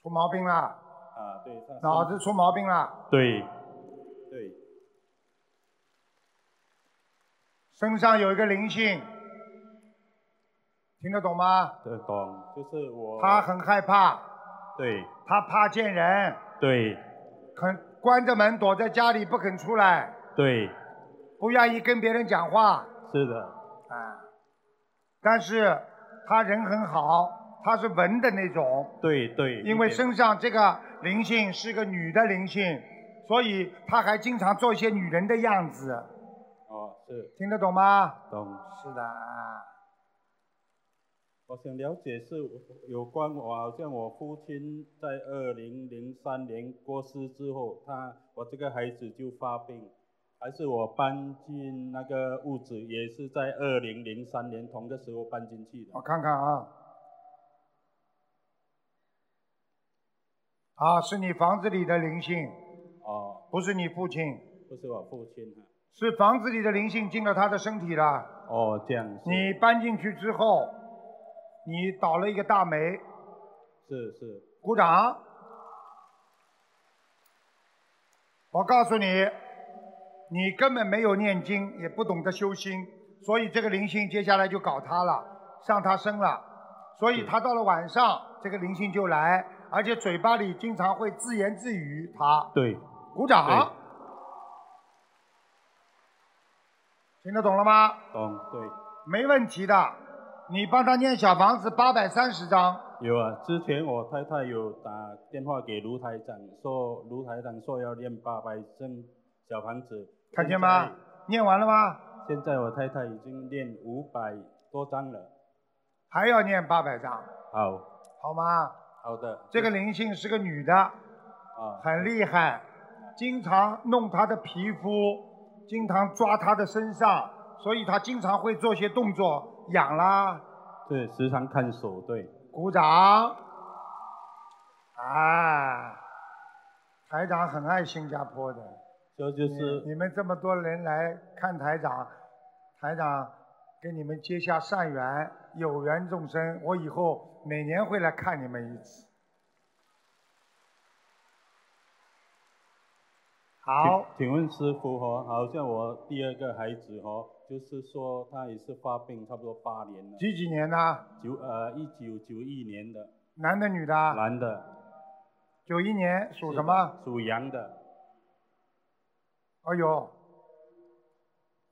Speaker 4: 出毛病了，
Speaker 9: 啊，对，他是
Speaker 4: 脑子出毛病了，
Speaker 9: 对对
Speaker 4: 身上有一个灵性，听得懂吗？
Speaker 9: 这懂，就是我
Speaker 4: 他很害怕，
Speaker 9: 哦对
Speaker 4: 他怕见人，
Speaker 9: 对
Speaker 4: 肯关着门躲在家里不肯出来，
Speaker 9: 对，
Speaker 4: 不愿意跟别人讲话。
Speaker 9: 是的，
Speaker 4: 啊，但是他人很好，他是文的那种，
Speaker 9: 对对，
Speaker 4: 因为
Speaker 9: 一点
Speaker 4: 身上这个灵性是个女的灵性，所以他还经常做一些女人的样子，
Speaker 9: 哦是
Speaker 4: 听得懂吗？
Speaker 9: 懂。
Speaker 4: 是的啊，
Speaker 9: 我想了解是有关我，好像我父亲在二零零三年过世之后，他我这个孩子就发病，还是我搬进那个屋子，也是在二零零三年同个时候搬进去的
Speaker 4: 我。看看啊，啊，是你房子里的灵性，
Speaker 9: 哦，
Speaker 4: 不是你父亲，
Speaker 9: 不是我父亲啊。
Speaker 4: 是房子里的灵性进到他的身体了。
Speaker 9: 哦，这样是
Speaker 4: 你搬进去之后，你倒了一个大霉，
Speaker 9: 是是
Speaker 4: 鼓掌。我告诉你，你根本没有念经，也不懂得修心，所以这个灵性接下来就搞他了，上他身了。所以他到了晚上，这个灵性就来，而且嘴巴里经常会自言自语。他
Speaker 9: 对
Speaker 4: 鼓掌
Speaker 9: 对，
Speaker 4: 听得懂了吗？
Speaker 9: 懂对。
Speaker 4: 没问题的，你帮他念小房子八百三十张。
Speaker 9: 有啊，之前我太太有打电话给卢台长，说卢台长说要练八百正小房子，
Speaker 4: 看见
Speaker 9: 现
Speaker 4: 吗
Speaker 9: 在？
Speaker 4: 念完了吗？
Speaker 9: 现在我太太已经练五百多张了。
Speaker 4: 还要念八百张，
Speaker 9: 好，
Speaker 4: 好吗？
Speaker 9: 好的，
Speaker 4: 这个灵性是个女的，
Speaker 9: 啊，
Speaker 4: 很厉害，经常弄她的皮肤，经常抓她的身上，所以她经常会做些动作，痒啦，
Speaker 9: 对，时常看手，对，
Speaker 4: 鼓掌。哎啊，台长很爱新加坡的，
Speaker 9: 这就是
Speaker 4: 你们这么多人来看台长，台长给你们结下善缘，有缘众生，我以后每年会来看你们一次。好，
Speaker 9: 请请问师傅哦，好像我第二个孩子哦，就是说他也是发病差不多八年了，
Speaker 4: 几几年呢？
Speaker 9: 九呃一九九一年的
Speaker 4: 男的女的啊？
Speaker 9: 男的，
Speaker 4: 九一年属什
Speaker 9: 是的
Speaker 4: 么？？
Speaker 9: 属羊的，
Speaker 4: 哎呦，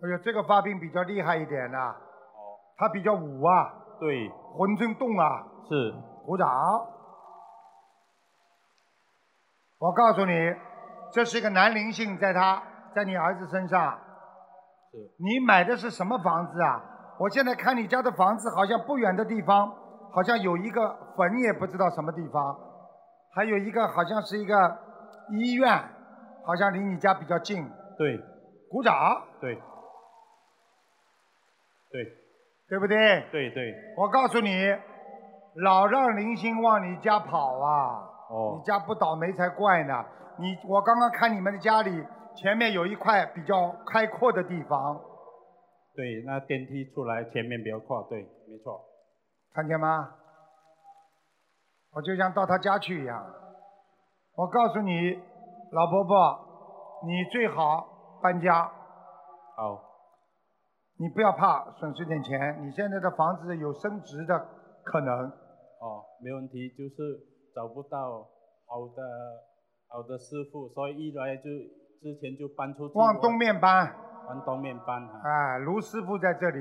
Speaker 4: 哎呦，这个发病比较厉害一点呐、啊
Speaker 9: 哦，
Speaker 4: 他比较武啊，
Speaker 9: 对，
Speaker 4: 浑身动啊，
Speaker 9: 是
Speaker 4: 鼓掌。我告诉你，这是一个男灵性，在他，在你儿子身上。
Speaker 9: 是，
Speaker 4: 你买的是什么房子啊？我现在看你家的房子，好像不远的地方，好像有一个坟，也不知道什么地方，还有一个好像是一个医院，好像离你家比较近。
Speaker 9: 对
Speaker 4: 鼓掌，
Speaker 9: 对对
Speaker 4: 对不对？
Speaker 9: 对对，
Speaker 4: 我告诉你，老让林星往你家跑啊，你
Speaker 9: 哦，
Speaker 4: 家不倒霉才怪呢。你我刚刚看你们的家里前面有一块比较开阔的地方，
Speaker 9: 对，那电梯出来前面比较宽，对，没错，
Speaker 4: 看见吗？我就像到他家去一样。我告诉你，老伯伯，你最好搬家，
Speaker 9: 好，
Speaker 4: 你不要怕损失点钱。你现在的房子有升值的可能，
Speaker 9: 哦，没问题，就是找不到好的好的师傅，所以一来就之前就搬出去，
Speaker 4: 往东，面搬。
Speaker 9: 往东面搬啊。
Speaker 4: 哎，卢师傅在这里，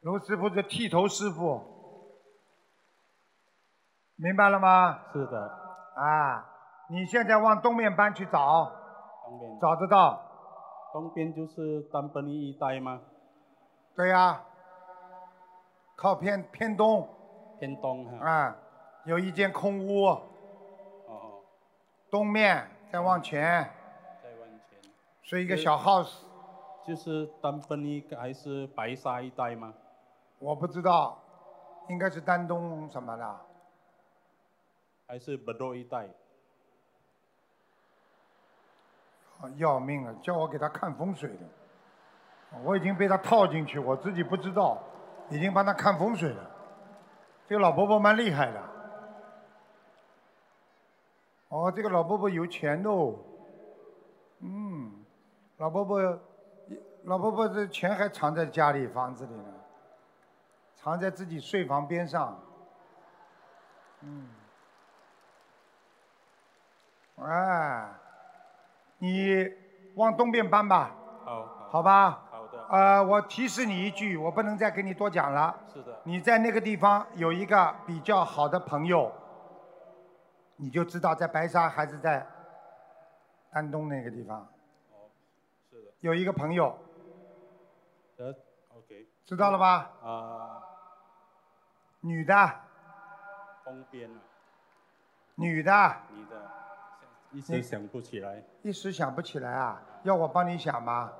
Speaker 4: 卢师傅是剃头师傅，明白了吗？
Speaker 9: 是的，
Speaker 4: 啊，你现在往东面搬去找，
Speaker 9: 东边
Speaker 4: 找得到。
Speaker 9: 东边就是丹奔一带吗？
Speaker 4: 对呀、靠偏偏东
Speaker 9: 偏东哈、
Speaker 4: 啊，有一间空屋，
Speaker 9: 哦哦，
Speaker 4: 东面再往前
Speaker 9: 再往前
Speaker 4: 是一个小 house，
Speaker 9: 就是丹奔一还是白沙一带吗？
Speaker 4: 我不知道，应该是丹东什么的，
Speaker 9: 还是本洛一带？
Speaker 4: 哦要命了，叫我给他看风水的，我已经被他套进去，我自己不知道，已经帮他看风水了。这个老伯伯蛮厉害的，哦，这个老伯伯有钱哦，嗯，老伯伯，老伯伯这钱还藏在家里房子里呢，藏在自己睡房边上，嗯，哎，你往东边搬吧，
Speaker 9: 好，好，
Speaker 4: 好吧？
Speaker 9: 好的，
Speaker 4: 呃，我提示你一句，我不能再跟你多讲了。
Speaker 9: 是的，
Speaker 4: 你在那个地方有一个比较好的朋友，你就知道在白沙还是在丹东那个地方
Speaker 9: 哦，是的，
Speaker 4: 有一个朋友，
Speaker 9: 呃，OK，
Speaker 4: 知道了吧？
Speaker 9: 啊、
Speaker 4: 女的，
Speaker 9: 东边啊，
Speaker 4: 女的，
Speaker 9: 你的，一时想不起来，
Speaker 4: 一时想不起来啊，要我帮你想吗？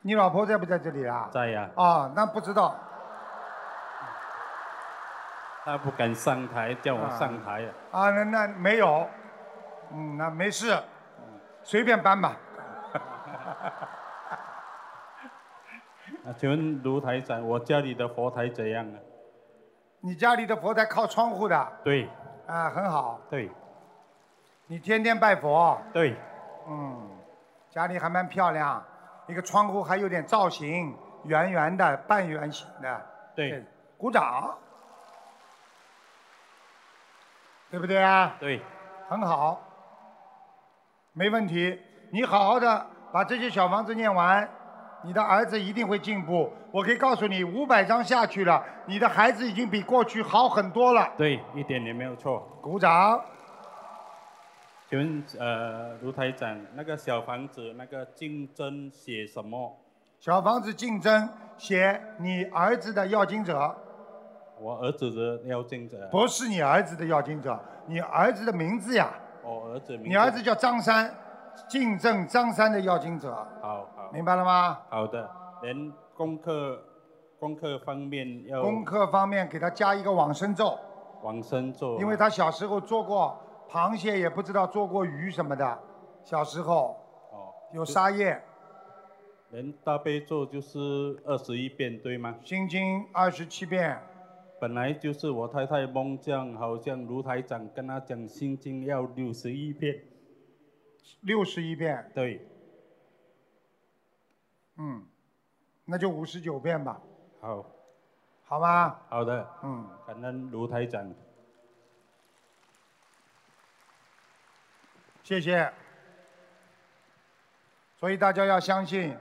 Speaker 4: 你老婆在不在这里啊？
Speaker 9: 在呀、
Speaker 4: 哦，那不知道。
Speaker 9: 他不敢上台，叫我上台啊，
Speaker 4: 啊，那那没有，嗯，那没事，随便搬 吧。
Speaker 9: 啊请问卢台长，我家里的佛台怎样啊？
Speaker 4: 你家里的佛台靠窗户的，
Speaker 9: 对，
Speaker 4: 啊，很好，
Speaker 9: 对，
Speaker 4: 你天天拜佛，
Speaker 9: 对，
Speaker 4: 嗯，家里还蛮漂亮，一个窗户还有点造型，圆圆的，半圆形的，
Speaker 9: 对，，
Speaker 4: 鼓掌，对不对啊？
Speaker 9: 对，
Speaker 4: 很好，没问题，你好好的把这些小房子念完。你的儿子一定会进步，我可以告诉你，五百张下去了，你的孩子已经比过去好很多了。
Speaker 9: 对，一点也没有错。
Speaker 4: 鼓掌。
Speaker 9: 请问呃，卢台长，那个小房子那个竞争写什么？
Speaker 4: 小房子竞争写你儿子的要经者，
Speaker 9: 我儿子的要竞争，
Speaker 4: 不是你儿子的要经者，你儿子的名字呀，
Speaker 9: 我儿子名字。
Speaker 4: 你儿子叫张三，竞争张三的要经者，
Speaker 9: 好好
Speaker 4: 明白了吗？
Speaker 9: 好的，连功课功课方面要
Speaker 4: 功课方面给他加一个往生咒，
Speaker 9: 往生咒，
Speaker 4: 因为他小时候做过螃蟹，也不知道做过鱼什么的。小时候
Speaker 9: 哦，
Speaker 4: 有沙叶，
Speaker 9: 人大悲咒就是二十一遍，对吗？
Speaker 4: 心经二十七遍。
Speaker 9: 本来就是我太太梦见，好像卢台长跟她讲心经要六十一遍，
Speaker 4: 六十一遍，
Speaker 9: 对，
Speaker 4: 嗯，那就五十九遍吧，
Speaker 9: 好
Speaker 4: 好吗？
Speaker 9: 好的，
Speaker 4: 嗯，
Speaker 9: 感恩卢台长。
Speaker 4: 谢谢。所以大家要相信，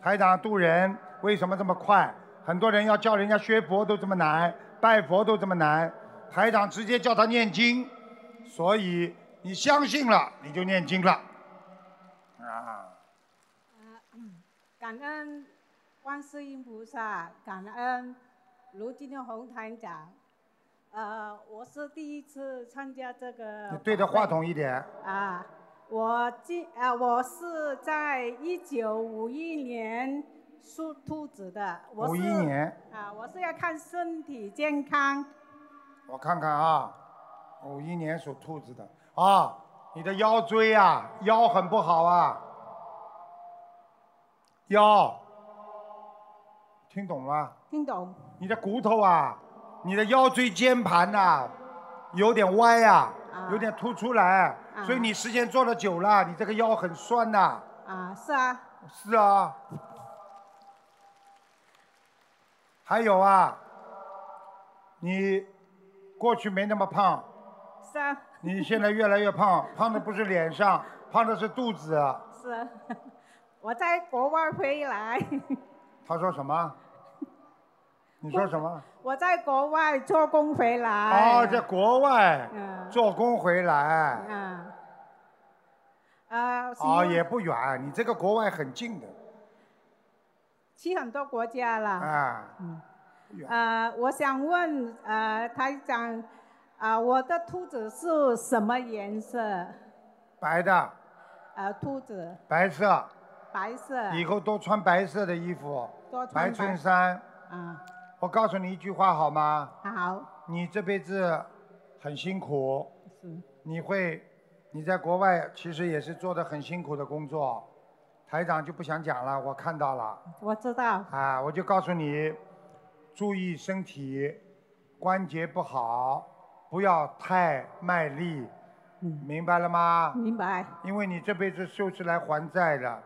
Speaker 4: 台长渡人为什么这么快？很多人要叫人家学佛都这么难，拜佛都这么难，台长直接叫他念经，所以你相信了，你就念经了。啊，
Speaker 10: 感恩观世音菩萨，感恩卢金的红台长。呃，我是第一次参加这个
Speaker 4: 你对着话筒一点。
Speaker 10: 啊，我今啊，我是在一九五一年属兔子的。我是
Speaker 4: 51年
Speaker 10: 啊，我是要看身体健康。
Speaker 4: 我看看啊，五一年属兔子的啊，你的腰椎啊，腰很不好啊，腰，听懂吗？
Speaker 10: 听懂？
Speaker 4: 你的骨头啊，你的腰椎间盘呐、有点歪啊，有点凸出来，
Speaker 10: 啊
Speaker 4: 所以你时间做的久了，你这个腰很酸呐、
Speaker 10: 啊，是啊，
Speaker 4: 是啊。还有啊，你过去没那么胖，
Speaker 10: 是啊，
Speaker 4: 你现在越来越胖，胖的不是脸上，胖的是肚子。
Speaker 10: 是 啊。我在国外回来，
Speaker 4: 他说什么？你说什么？
Speaker 10: 我在国外做工回来。
Speaker 4: 哦，在国外
Speaker 10: 哎嗯
Speaker 4: 做工回来，
Speaker 10: 啊，啊，是
Speaker 4: 哦，
Speaker 10: 因为
Speaker 4: 也不远，你这个国外很近的
Speaker 10: 去很多国家了。
Speaker 4: 啊。
Speaker 10: 嗯呃，我想问呃台长，啊、我的兔子是什么颜色？
Speaker 4: 白的，
Speaker 10: 呃，兔子
Speaker 4: 白色，
Speaker 10: 白色。
Speaker 4: 以后多穿白色的衣服，
Speaker 10: 多穿
Speaker 4: 白
Speaker 10: 白
Speaker 4: 衬衫。
Speaker 10: 啊、
Speaker 4: 我告诉你一句话好吗？
Speaker 10: 好，
Speaker 4: 你这辈子很辛苦，
Speaker 10: 是
Speaker 4: 你会你在国外其实也是做的很辛苦的工作，台长就不想讲了，我看到了
Speaker 10: 我知道
Speaker 4: 啊，我就告诉你，注意身体，关节不好，不要太卖力，明白了吗？
Speaker 10: 嗯明白。
Speaker 4: 因为你这辈子就是来还债的，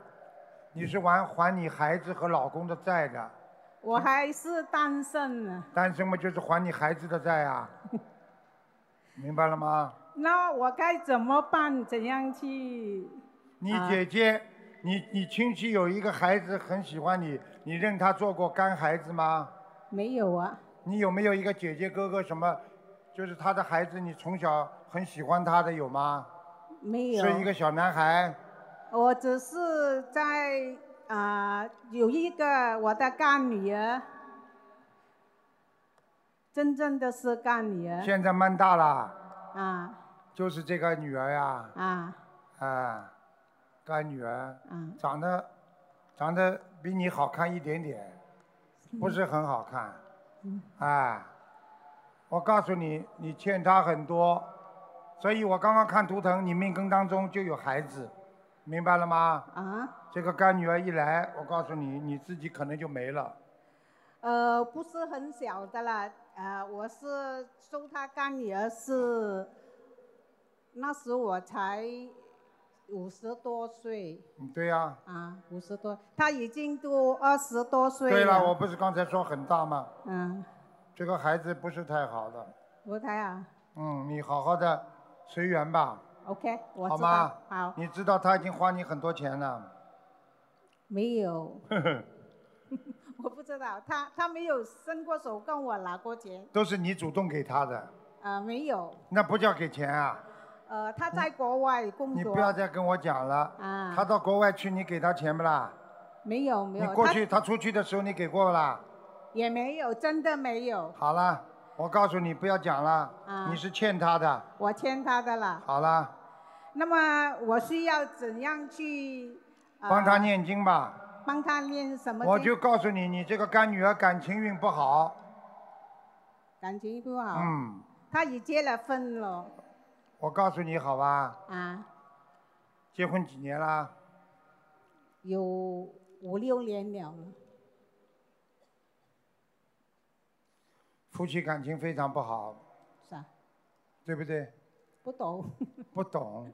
Speaker 4: 你是还还你孩子和老公的债的，
Speaker 10: 我还是单身呢。
Speaker 4: 单身嘛就是还你孩子的债 啊，明白了吗？
Speaker 10: 那我该怎么办？怎样去？
Speaker 4: 你
Speaker 10: 啊
Speaker 4: 姐姐，你你亲戚有一个孩子很喜欢你，你认他做过干孩子吗？
Speaker 10: 没有啊，
Speaker 4: 你有没有一个姐姐哥哥什么，就是他的孩子，你从小很喜欢他的有吗？
Speaker 10: 没有。
Speaker 4: 是一个小男孩，
Speaker 10: 我只是在啊、有一个我的干女儿，真正的是干女儿。
Speaker 4: 现在蛮大了，
Speaker 10: 啊
Speaker 4: 就是这个女儿呀，
Speaker 10: 啊
Speaker 4: 啊，干女儿，
Speaker 10: 啊！
Speaker 4: 长得长得比你好看一点点，不是很好看，
Speaker 10: 嗯
Speaker 4: 啊，我告诉你，你欠他很多，所以我刚刚看图腾，你命根当中就有孩子，明白了吗？
Speaker 10: 啊，
Speaker 4: 这个干女儿一来，我告诉你，你自己可能就没了。
Speaker 10: 呃，不是很小的啦，呃，我是收他干女儿是，那时我才五十多岁
Speaker 4: 嗯对呀、
Speaker 10: 啊，五十多，他已经都二十多岁
Speaker 4: 对
Speaker 10: 了，
Speaker 4: 了，我不是刚才说很大吗？
Speaker 10: 嗯，
Speaker 4: 这个孩子不是太好的，
Speaker 10: 吴台啊
Speaker 4: 嗯，你好好的随缘吧，
Speaker 10: ，OK，我
Speaker 4: 好
Speaker 10: 知
Speaker 4: 吗
Speaker 10: 道，？好，
Speaker 4: 你知道他已经花你很多钱了，
Speaker 10: 没有， 我不知道，他他没有伸过手跟我拿过钱，
Speaker 4: 都是你主动给他的，
Speaker 10: 啊，没有，
Speaker 4: 那不叫给钱啊！
Speaker 10: 呃，他在国外工作，
Speaker 4: 你不要再跟我讲了。
Speaker 10: 啊，
Speaker 4: 他到国外去，你给他钱不啦？
Speaker 10: 没有没
Speaker 4: 你
Speaker 10: 有，
Speaker 4: 过
Speaker 10: 他
Speaker 4: 去他出去的时候，你给过不啦？
Speaker 10: 也没有，真的没有，
Speaker 4: 好了，我告诉你，不要讲了，
Speaker 10: 啊
Speaker 4: 你是欠他的。
Speaker 10: 我欠他的啦。
Speaker 4: 好了，
Speaker 10: 那么我需要怎样去、呃
Speaker 4: 帮他，念经吧。
Speaker 10: 帮他念什么经？
Speaker 4: 我就告诉你，你这个干女儿感情运不好。
Speaker 10: 感情不好。
Speaker 4: 嗯，
Speaker 10: 他已结了婚了，
Speaker 4: 我告诉你好吧，
Speaker 10: 啊，
Speaker 4: 结婚几年啦？
Speaker 10: 有五六年了了，
Speaker 4: 夫妻感情非常不好，
Speaker 10: 是吧？
Speaker 4: 对不对？
Speaker 10: 不懂，
Speaker 4: 不懂，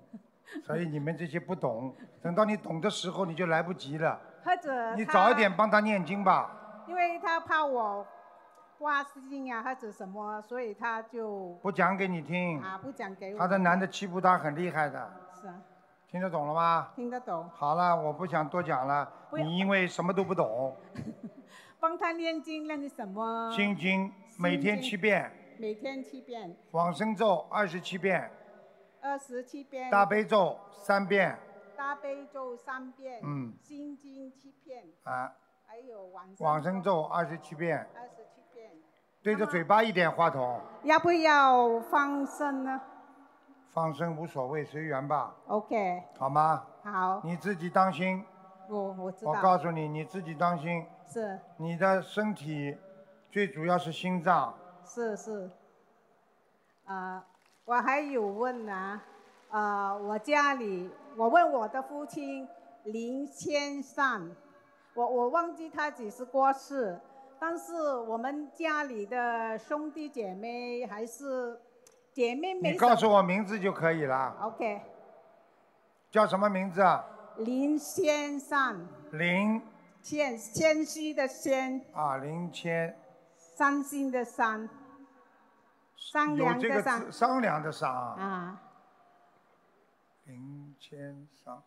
Speaker 4: 所以你们这些不懂，等到你懂的时候你就来不及了。
Speaker 10: 或者
Speaker 4: 你
Speaker 10: 呃他
Speaker 4: 早一点帮他念经吧，
Speaker 10: 因为他怕我挖私心啊或者什么，所以他就
Speaker 4: 不讲给你听。
Speaker 10: 啊不讲给
Speaker 4: 嗯
Speaker 10: 我。
Speaker 4: 他的男的欺负他很厉害的，
Speaker 10: 是啊，
Speaker 4: 听得懂了吗？
Speaker 10: 听得懂，
Speaker 4: 好了，我不想多讲了，
Speaker 10: 不要嗯
Speaker 4: 你因为什么都不懂，
Speaker 10: 帮他念经念的什么？
Speaker 4: 《心经》每天
Speaker 10: 经
Speaker 4: 七遍，
Speaker 10: 每天七遍，
Speaker 4: 往生咒二十七遍，
Speaker 10: 二十七遍。
Speaker 4: 大悲咒三遍，
Speaker 10: 大悲咒三遍，
Speaker 4: 嗯
Speaker 10: 心经七遍，
Speaker 4: 啊，
Speaker 10: 还有往
Speaker 4: 往生咒二十七遍，
Speaker 10: 二十七遍。
Speaker 4: 对着嘴巴一点话筒，
Speaker 10: 要不要放生呢嗯
Speaker 4: 放生无所谓，随缘吧，
Speaker 10: ？OK，
Speaker 4: 好吗？
Speaker 10: 好，
Speaker 4: 你自己当心，
Speaker 10: 我我知道。
Speaker 4: 我告诉你，你自己当心，
Speaker 10: 是
Speaker 4: 你的身体最主要是心脏，
Speaker 10: 是是，啊、我还有问啊，啊，我家里，我问我的父亲林先生，我我忘记他几时过世，但是我们家里的兄弟姐妹还是姐妹没
Speaker 4: 你
Speaker 10: 什
Speaker 4: 告诉
Speaker 10: 么
Speaker 4: 我名字就可以了，
Speaker 10: ，OK，
Speaker 4: 叫什么名字啊？
Speaker 10: 林先生，
Speaker 4: 林
Speaker 10: 谦谦虚的谦，
Speaker 4: 啊，林谦，
Speaker 10: 伤心的伤，商
Speaker 4: 有
Speaker 10: 量
Speaker 4: 这
Speaker 10: 的
Speaker 4: 个
Speaker 10: 商
Speaker 4: 字商量的商啊。
Speaker 10: 啊。
Speaker 4: 林谦商，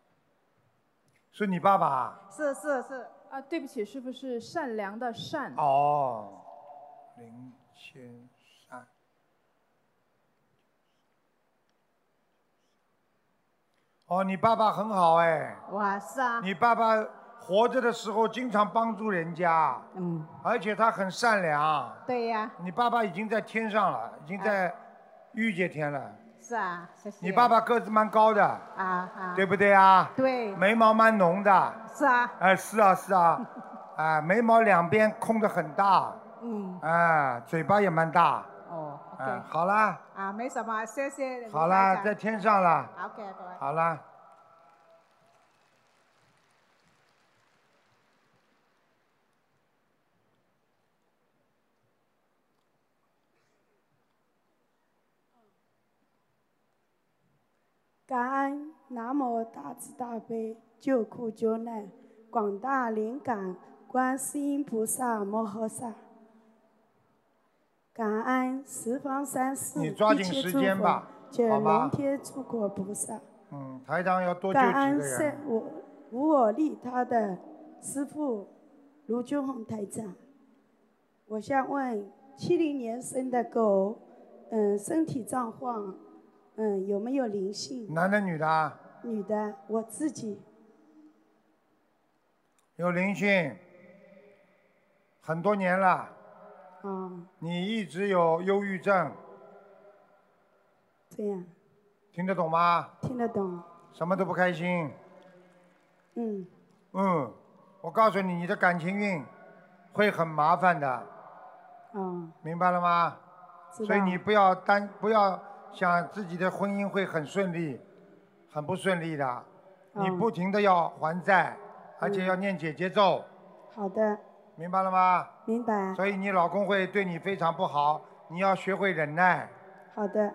Speaker 4: 是你爸爸啊？
Speaker 10: 是是是，
Speaker 8: 啊，对不起，师傅是善良的善，
Speaker 4: 哦，林谦山，哦，你爸爸很好哎，
Speaker 10: 哇是啊，
Speaker 4: 你爸爸活着的时候经常帮助人家，
Speaker 10: 嗯，
Speaker 4: 而且他很善良。
Speaker 10: 对呀、
Speaker 4: 你爸爸已经在天上了，已经在
Speaker 10: 哎
Speaker 4: 御界天了。
Speaker 10: 是啊，谢谢。
Speaker 4: 你爸爸个子蛮高的，
Speaker 10: 啊啊，
Speaker 4: 对不对啊？
Speaker 10: 对，
Speaker 4: 眉毛蛮浓的，
Speaker 10: 是啊，
Speaker 4: 哎，是啊是 啊，啊，眉毛两边空的很大，
Speaker 10: 嗯，
Speaker 4: 啊，嘴巴也蛮大，
Speaker 10: 哦，OK，
Speaker 4: 啊，好啦，
Speaker 10: 啊，没什么，谢谢卢台长。
Speaker 4: 好啦，在天上啦，
Speaker 10: ，OK，各位。
Speaker 4: 好啦。
Speaker 11: 感恩南无大慈大悲救苦救难广大灵感观世音菩萨摩诃萨。感恩十方三世
Speaker 4: 你抓
Speaker 11: 一
Speaker 4: 紧
Speaker 11: 切
Speaker 4: 时
Speaker 11: 诸
Speaker 4: 间
Speaker 11: 佛
Speaker 4: 吧
Speaker 11: 九
Speaker 4: 好吧
Speaker 11: 龙天竺国菩萨。
Speaker 4: 嗯，台长要多救几
Speaker 11: 感
Speaker 4: 个
Speaker 11: 恩
Speaker 4: 人
Speaker 11: 三。我无我利他的师父卢俊宏台长，我想问七零年生的狗，嗯，身体状况，嗯，有没有灵性？
Speaker 4: 男的女的啊？
Speaker 11: 女的，我自己
Speaker 4: 有灵性，很多年了。
Speaker 11: 啊、
Speaker 4: 你一直有忧郁症，
Speaker 11: 这样
Speaker 4: 听得懂吗？
Speaker 11: 听得懂？
Speaker 4: 什么都不开心。
Speaker 11: 嗯，
Speaker 4: 嗯，我告诉你，你的感情运会很麻烦的，
Speaker 11: 啊、
Speaker 4: 明白了吗？
Speaker 11: 知道
Speaker 4: 所以你不要担，不要想自己的婚姻会很顺利，很不顺利的。你
Speaker 11: 嗯
Speaker 4: 不停的要还债，而且要念姐姐咒，
Speaker 11: 好的，
Speaker 4: 明白了吗？
Speaker 11: 明白。
Speaker 4: 所以你老公会对你非常不好，你要学会忍耐。
Speaker 11: 好的，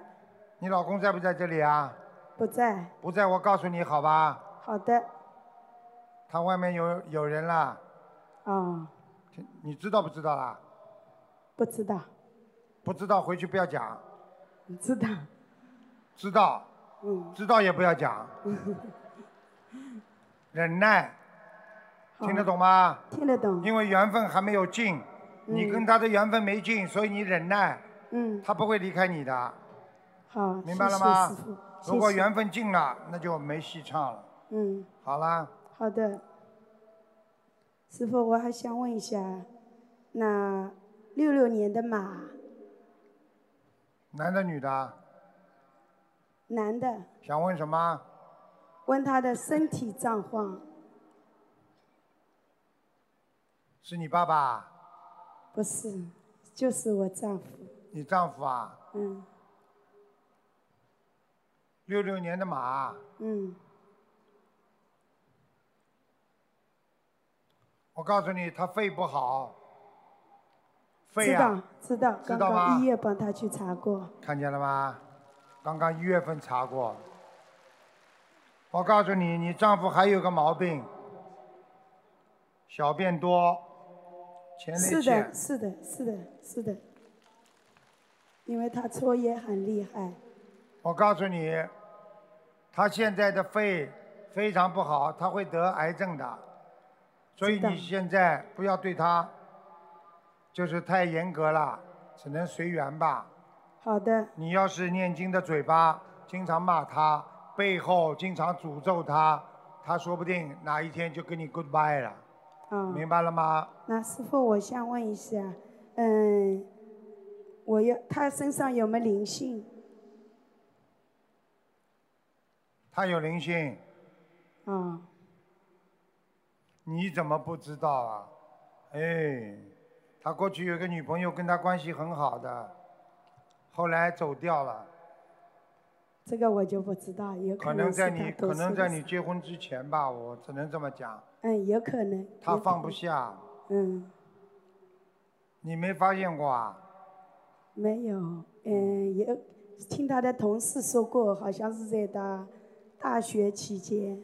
Speaker 4: 你老公在不在这里啊？
Speaker 11: 不在。
Speaker 4: 不在，我告诉你好吧，
Speaker 11: 好的，
Speaker 4: 他外面有有人啦，
Speaker 11: 啊、
Speaker 4: 你知道不知道啦？
Speaker 11: 不知道，
Speaker 4: 不知道回去不要讲，
Speaker 11: 知道，
Speaker 4: 知道
Speaker 11: 嗯，
Speaker 4: 知道也不要 讲，忍耐，听得懂吗？
Speaker 11: 听得懂，
Speaker 4: 因为缘分还没有尽，你跟他的缘分没尽，所以你忍耐，
Speaker 11: 嗯，
Speaker 4: 他不会离开你的，
Speaker 11: 好，
Speaker 4: 明白了
Speaker 11: 谢谢师
Speaker 4: 吗
Speaker 11: 傅？
Speaker 4: 如果
Speaker 11: 谢谢
Speaker 4: 缘分尽了，那就没戏唱了。
Speaker 11: 嗯。
Speaker 4: 好啦，
Speaker 11: 好的，师傅，我还想问一下，那六六年的马，
Speaker 4: 男的女的啊，
Speaker 11: 男的，
Speaker 4: 想问什么？
Speaker 11: 问他的身体状况，
Speaker 4: 是你爸爸，
Speaker 11: 不是，就是我丈夫，
Speaker 4: 你丈夫啊？
Speaker 11: 嗯，
Speaker 4: 六六年的马，
Speaker 11: 嗯，
Speaker 4: 我告诉你，他肺不好，肺
Speaker 11: 知
Speaker 4: 啊
Speaker 11: 道，知道，
Speaker 4: 知
Speaker 11: 刚
Speaker 4: 道吗
Speaker 11: 刚医院帮他去查过，
Speaker 4: 看见了吗？刚刚一月份查过。我告诉你，你丈夫还有个毛病，小便多，前列
Speaker 11: 是
Speaker 4: 腺
Speaker 11: 的，。是的，是的，是的，因为他抽烟很厉害，
Speaker 4: 我告诉你，他现在的肺非常不好，他会得癌症的。所以
Speaker 11: 知道
Speaker 4: 你现在不要对他，就是太严格了，只能随缘吧。
Speaker 11: 好的，
Speaker 4: 你要是念经的嘴巴经常骂他，背后经常诅咒他，他说不定哪一天就跟你 goodbye 了，
Speaker 11: 啊、
Speaker 4: 明白了吗？
Speaker 11: 那师傅，我想问一下，嗯，我要他身上有没有灵性？
Speaker 4: 他有灵性，
Speaker 11: 啊、
Speaker 4: 你怎么不知道啊？哎，他过去有个女朋友跟他关系很好的，后来走掉了，
Speaker 11: 这个我就不知道，有
Speaker 4: 可
Speaker 11: 能
Speaker 4: 能
Speaker 11: 是
Speaker 4: 在
Speaker 11: 他
Speaker 4: 你
Speaker 11: 投
Speaker 4: 可能
Speaker 11: 射
Speaker 4: 在
Speaker 11: 的
Speaker 4: 你
Speaker 11: 时
Speaker 4: 结婚之前吧，我只能这么讲。
Speaker 11: 候，嗯，有可能，
Speaker 4: 他
Speaker 11: 有可
Speaker 4: 放不
Speaker 11: 能，
Speaker 4: 下，
Speaker 11: 嗯，
Speaker 4: 你没发现过啊？
Speaker 11: 没有，嗯，也听他的同事说过，好像是在他大学期间，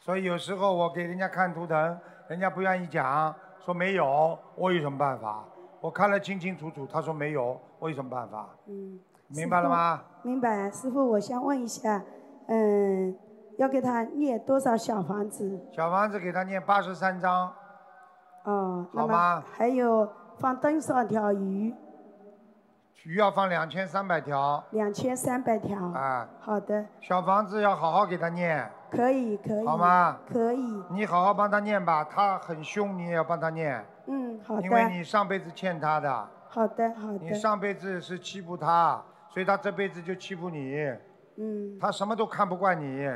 Speaker 4: 所以有时候我给人家看图腾，人家不愿意讲，说没有，我有什么办法？我看得清清楚楚，他说没有，我有什么办法？
Speaker 11: 嗯，
Speaker 4: 明白了吗？
Speaker 11: 明白，师傅，我想问一下，嗯，要给他念多少小房子？
Speaker 4: 小房子给他念八十三章，
Speaker 11: 哦，那
Speaker 4: 好
Speaker 11: 么
Speaker 4: 吧
Speaker 11: 还有放灯上条鱼，
Speaker 4: 鱼要放两千三百条，
Speaker 11: 两千三百条。
Speaker 4: 啊，
Speaker 11: 好的，
Speaker 4: 小房子要好好给他念，
Speaker 11: 可以，可以。
Speaker 4: 好吗？
Speaker 11: 可以。
Speaker 4: 你好好帮他念吧，他很凶，你也要帮他念，
Speaker 11: 嗯，好的。
Speaker 4: 因为你上辈子欠他的，
Speaker 11: 好的，好
Speaker 4: 你
Speaker 11: 的。
Speaker 4: 上辈子是欺负他，所以他这辈子就欺负你，
Speaker 11: 嗯
Speaker 4: 他什么都看不惯你，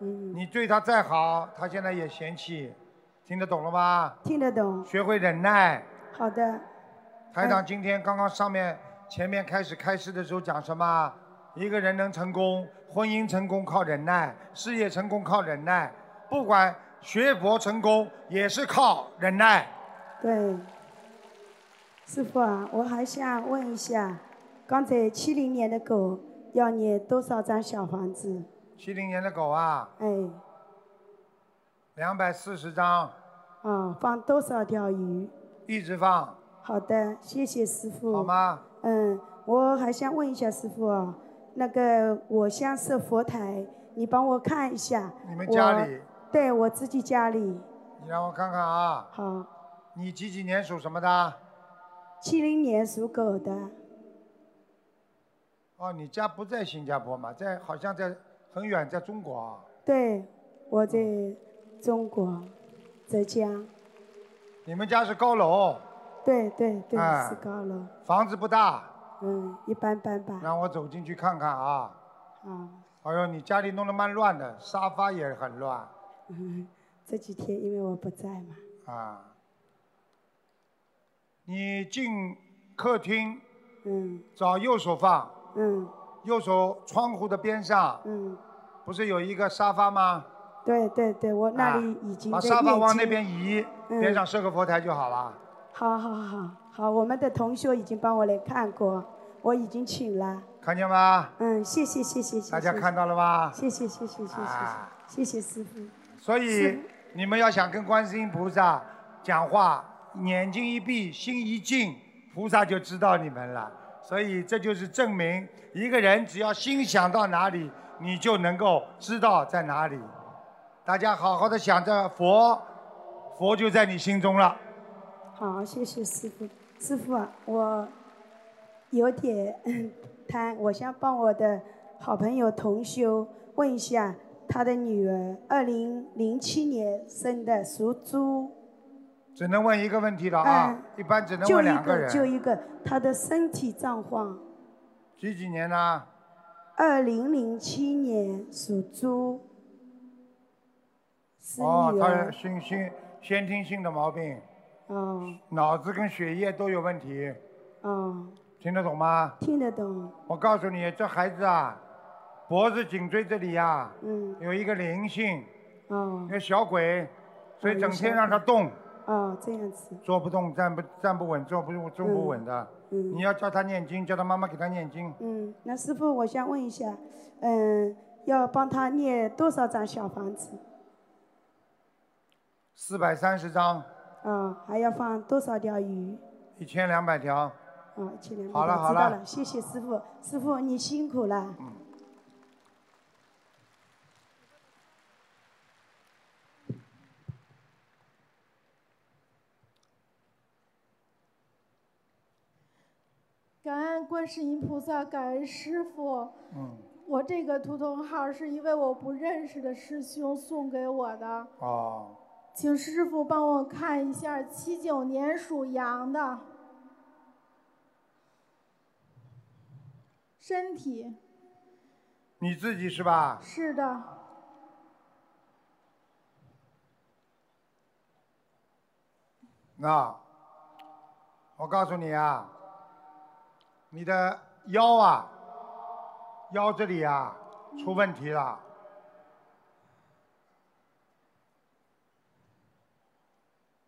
Speaker 11: 嗯，
Speaker 4: 你对他再好，他现在也嫌弃，听得懂了吗？
Speaker 11: 听得懂。
Speaker 4: 学会忍耐。
Speaker 11: 好的，
Speaker 4: 台长今天刚刚上面前面开始开始的时候讲什么？一个人能成功，婚姻成功靠忍耐，事业成功靠忍耐，不管学佛成功也是靠忍耐。
Speaker 11: 对。师傅啊，我还想问一下，刚才七零年的狗要念多少张小房子？
Speaker 4: 七零年的狗啊，
Speaker 11: 哎，
Speaker 4: 两百四十张，
Speaker 11: 啊、放多少条鱼？
Speaker 4: 一直放，
Speaker 11: 好的，谢谢师傅。
Speaker 4: 好？吗？
Speaker 11: 嗯，我还想问一下师傅啊，那个我想设佛台，你帮我看一下。
Speaker 4: 你们家里？
Speaker 11: 对我自己家里。
Speaker 4: 你让我看看啊。
Speaker 11: 好。
Speaker 4: 你几几年属什么的？
Speaker 11: 七零年属狗的，
Speaker 4: 哦，你家不在新加坡嘛？在好像在很远，在中国啊。
Speaker 11: 对，我在
Speaker 4: 嗯
Speaker 11: 中国浙江，
Speaker 4: 你们家是高楼，
Speaker 11: 对对对，
Speaker 4: 哎
Speaker 11: 是高楼，
Speaker 4: 房子不大。
Speaker 11: 嗯，一般般吧。
Speaker 4: 让我走进去看看啊！
Speaker 11: 啊，
Speaker 4: 哎呦，你家里弄得蛮乱的，沙发也很乱
Speaker 11: 嗯，这几天因为我不在嘛，
Speaker 4: 啊。你进客厅，
Speaker 11: 嗯，
Speaker 4: 找右手放，
Speaker 11: 嗯，
Speaker 4: 右手窗户的边上，
Speaker 11: 嗯，
Speaker 4: 不是有一个沙发吗？
Speaker 11: 对对对，我那
Speaker 4: 啊
Speaker 11: 里已经在
Speaker 4: 把沙发
Speaker 11: 念
Speaker 4: 往
Speaker 11: 经
Speaker 4: 那边移，
Speaker 11: 嗯
Speaker 4: 边上设个佛台就好了。
Speaker 11: 好好好好，我们的同学已经帮我来看过，我已经请了。
Speaker 4: 看见吗？
Speaker 11: 嗯，谢谢谢谢谢谢。
Speaker 4: 大家看到了吧？
Speaker 11: 谢谢谢谢谢谢
Speaker 4: 啊
Speaker 11: 谢谢谢师傅。
Speaker 4: 所以你们要想跟观世音菩萨讲话，眼睛一闭，心一静，菩萨就知道你们了。所以这就是证明，一个人只要心想到哪里，你就能够知道在哪里。大家好好的想着佛，佛就在你心中了。
Speaker 11: 好，谢谢师傅。师傅啊，我有点 嗯贪，我想帮我的好朋友同修问一下他的女儿，二零零七年生的，属猪，
Speaker 4: 只能问一个问题了啊，一般只能
Speaker 11: 嗯就
Speaker 4: 问
Speaker 11: 一
Speaker 4: 两
Speaker 11: 个
Speaker 4: 人。
Speaker 11: 就一个，她的身体状况。
Speaker 4: 几几年呢？
Speaker 11: 二零零七年属猪，是
Speaker 4: 哦，
Speaker 11: 女
Speaker 4: 他
Speaker 11: 儿。
Speaker 4: 先先先天性的毛病，
Speaker 11: 哦，
Speaker 4: 脑子跟血液都有问题。
Speaker 11: 哦，
Speaker 4: 听得懂吗？
Speaker 11: 听得懂。
Speaker 4: 我告诉你，这孩子啊，脖子颈椎这里啊，
Speaker 11: 嗯，
Speaker 4: 有一个灵性，
Speaker 11: 哦
Speaker 4: 一个小鬼，所以
Speaker 11: 哦
Speaker 4: 整
Speaker 11: 有
Speaker 4: 天
Speaker 11: 小
Speaker 4: 让他动，
Speaker 11: 哦，这样子，
Speaker 4: 坐不动，站不站不稳，坐不坐不稳的。
Speaker 11: 嗯
Speaker 4: 你要叫他念经，叫他妈妈给他念经。
Speaker 11: 嗯，那师傅，我想问一下，嗯，要帮他念多少张小房子？
Speaker 4: 四百三十张，
Speaker 11: 嗯，还要放多少条鱼？
Speaker 4: 一千两百条。
Speaker 11: 啊，七两
Speaker 4: 好了嗯好
Speaker 11: 知道
Speaker 4: 了
Speaker 11: 了，谢谢师傅，师傅你辛苦了。
Speaker 12: 感恩观世音菩萨，感恩师傅。
Speaker 4: 嗯，
Speaker 12: 我这个图腾号是一位我不认识的师兄送给我的，
Speaker 4: 哦，
Speaker 12: 请师傅帮我看一下，七九年属羊的，身体
Speaker 4: 你自己是吧？
Speaker 12: 是的，
Speaker 4: 啊，我告诉你啊，你的腰啊，腰这里啊出问题了。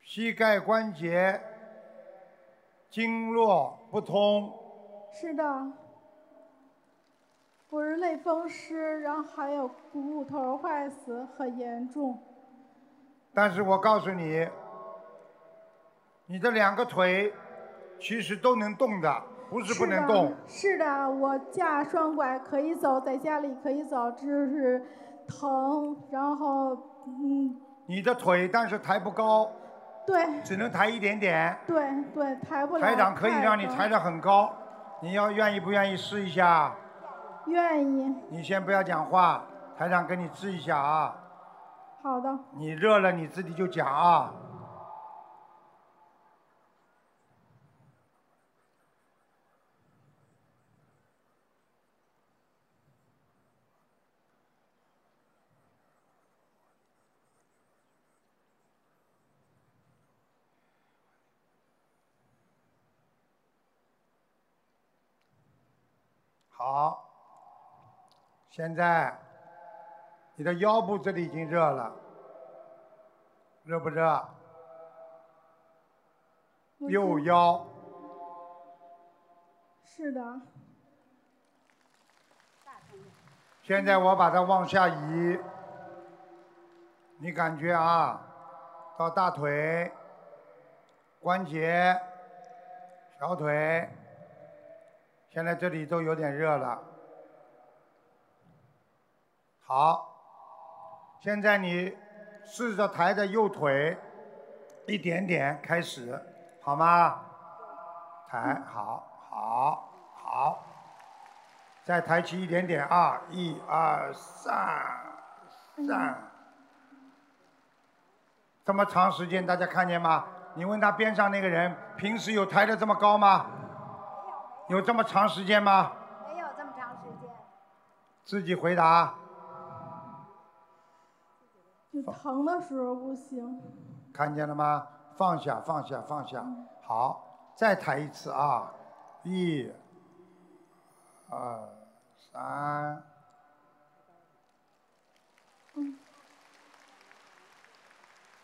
Speaker 4: 膝盖关节经络不通，
Speaker 12: 是的。我是类风湿，然后还有骨头坏死，很严重。
Speaker 4: 但是我告诉你，你的两个腿其实都能动的，不是不能动。
Speaker 12: 是的。是的，我架双拐可以走，在家里可以走，就是疼，然后嗯，
Speaker 4: 你的腿但是抬不高，
Speaker 12: 对
Speaker 4: 只能抬一点点。
Speaker 12: 对对，抬不了。
Speaker 4: 台长可以让你抬得很高，你要愿意不愿意试一下？
Speaker 12: 愿意，
Speaker 4: 你先不要讲话，台长给你治一下啊。
Speaker 12: 好的，
Speaker 4: 你热了你自己就讲啊。好，现在你的腰部这里已经热了，热不热？
Speaker 12: 我
Speaker 4: 右
Speaker 12: 知
Speaker 4: 腰
Speaker 12: 是的，
Speaker 4: 现在我把它往下移，你感觉啊，到大腿、关节、小腿，现在这里都有点热了。好，现在你试着抬着右腿，一点点开始，好吗？抬，好，好，好。再抬起一点点啊，一二三三。这么长时间，大家看见吗？你问他边上那个人，平时有抬得这么高吗？有这么长时间吗？
Speaker 13: 没有这么长时间。
Speaker 4: 自己回答。
Speaker 12: 就疼的时候不行。
Speaker 4: 看见了吗？放下，放下，放下。好，再抬一次啊！一、二、三。
Speaker 12: 嗯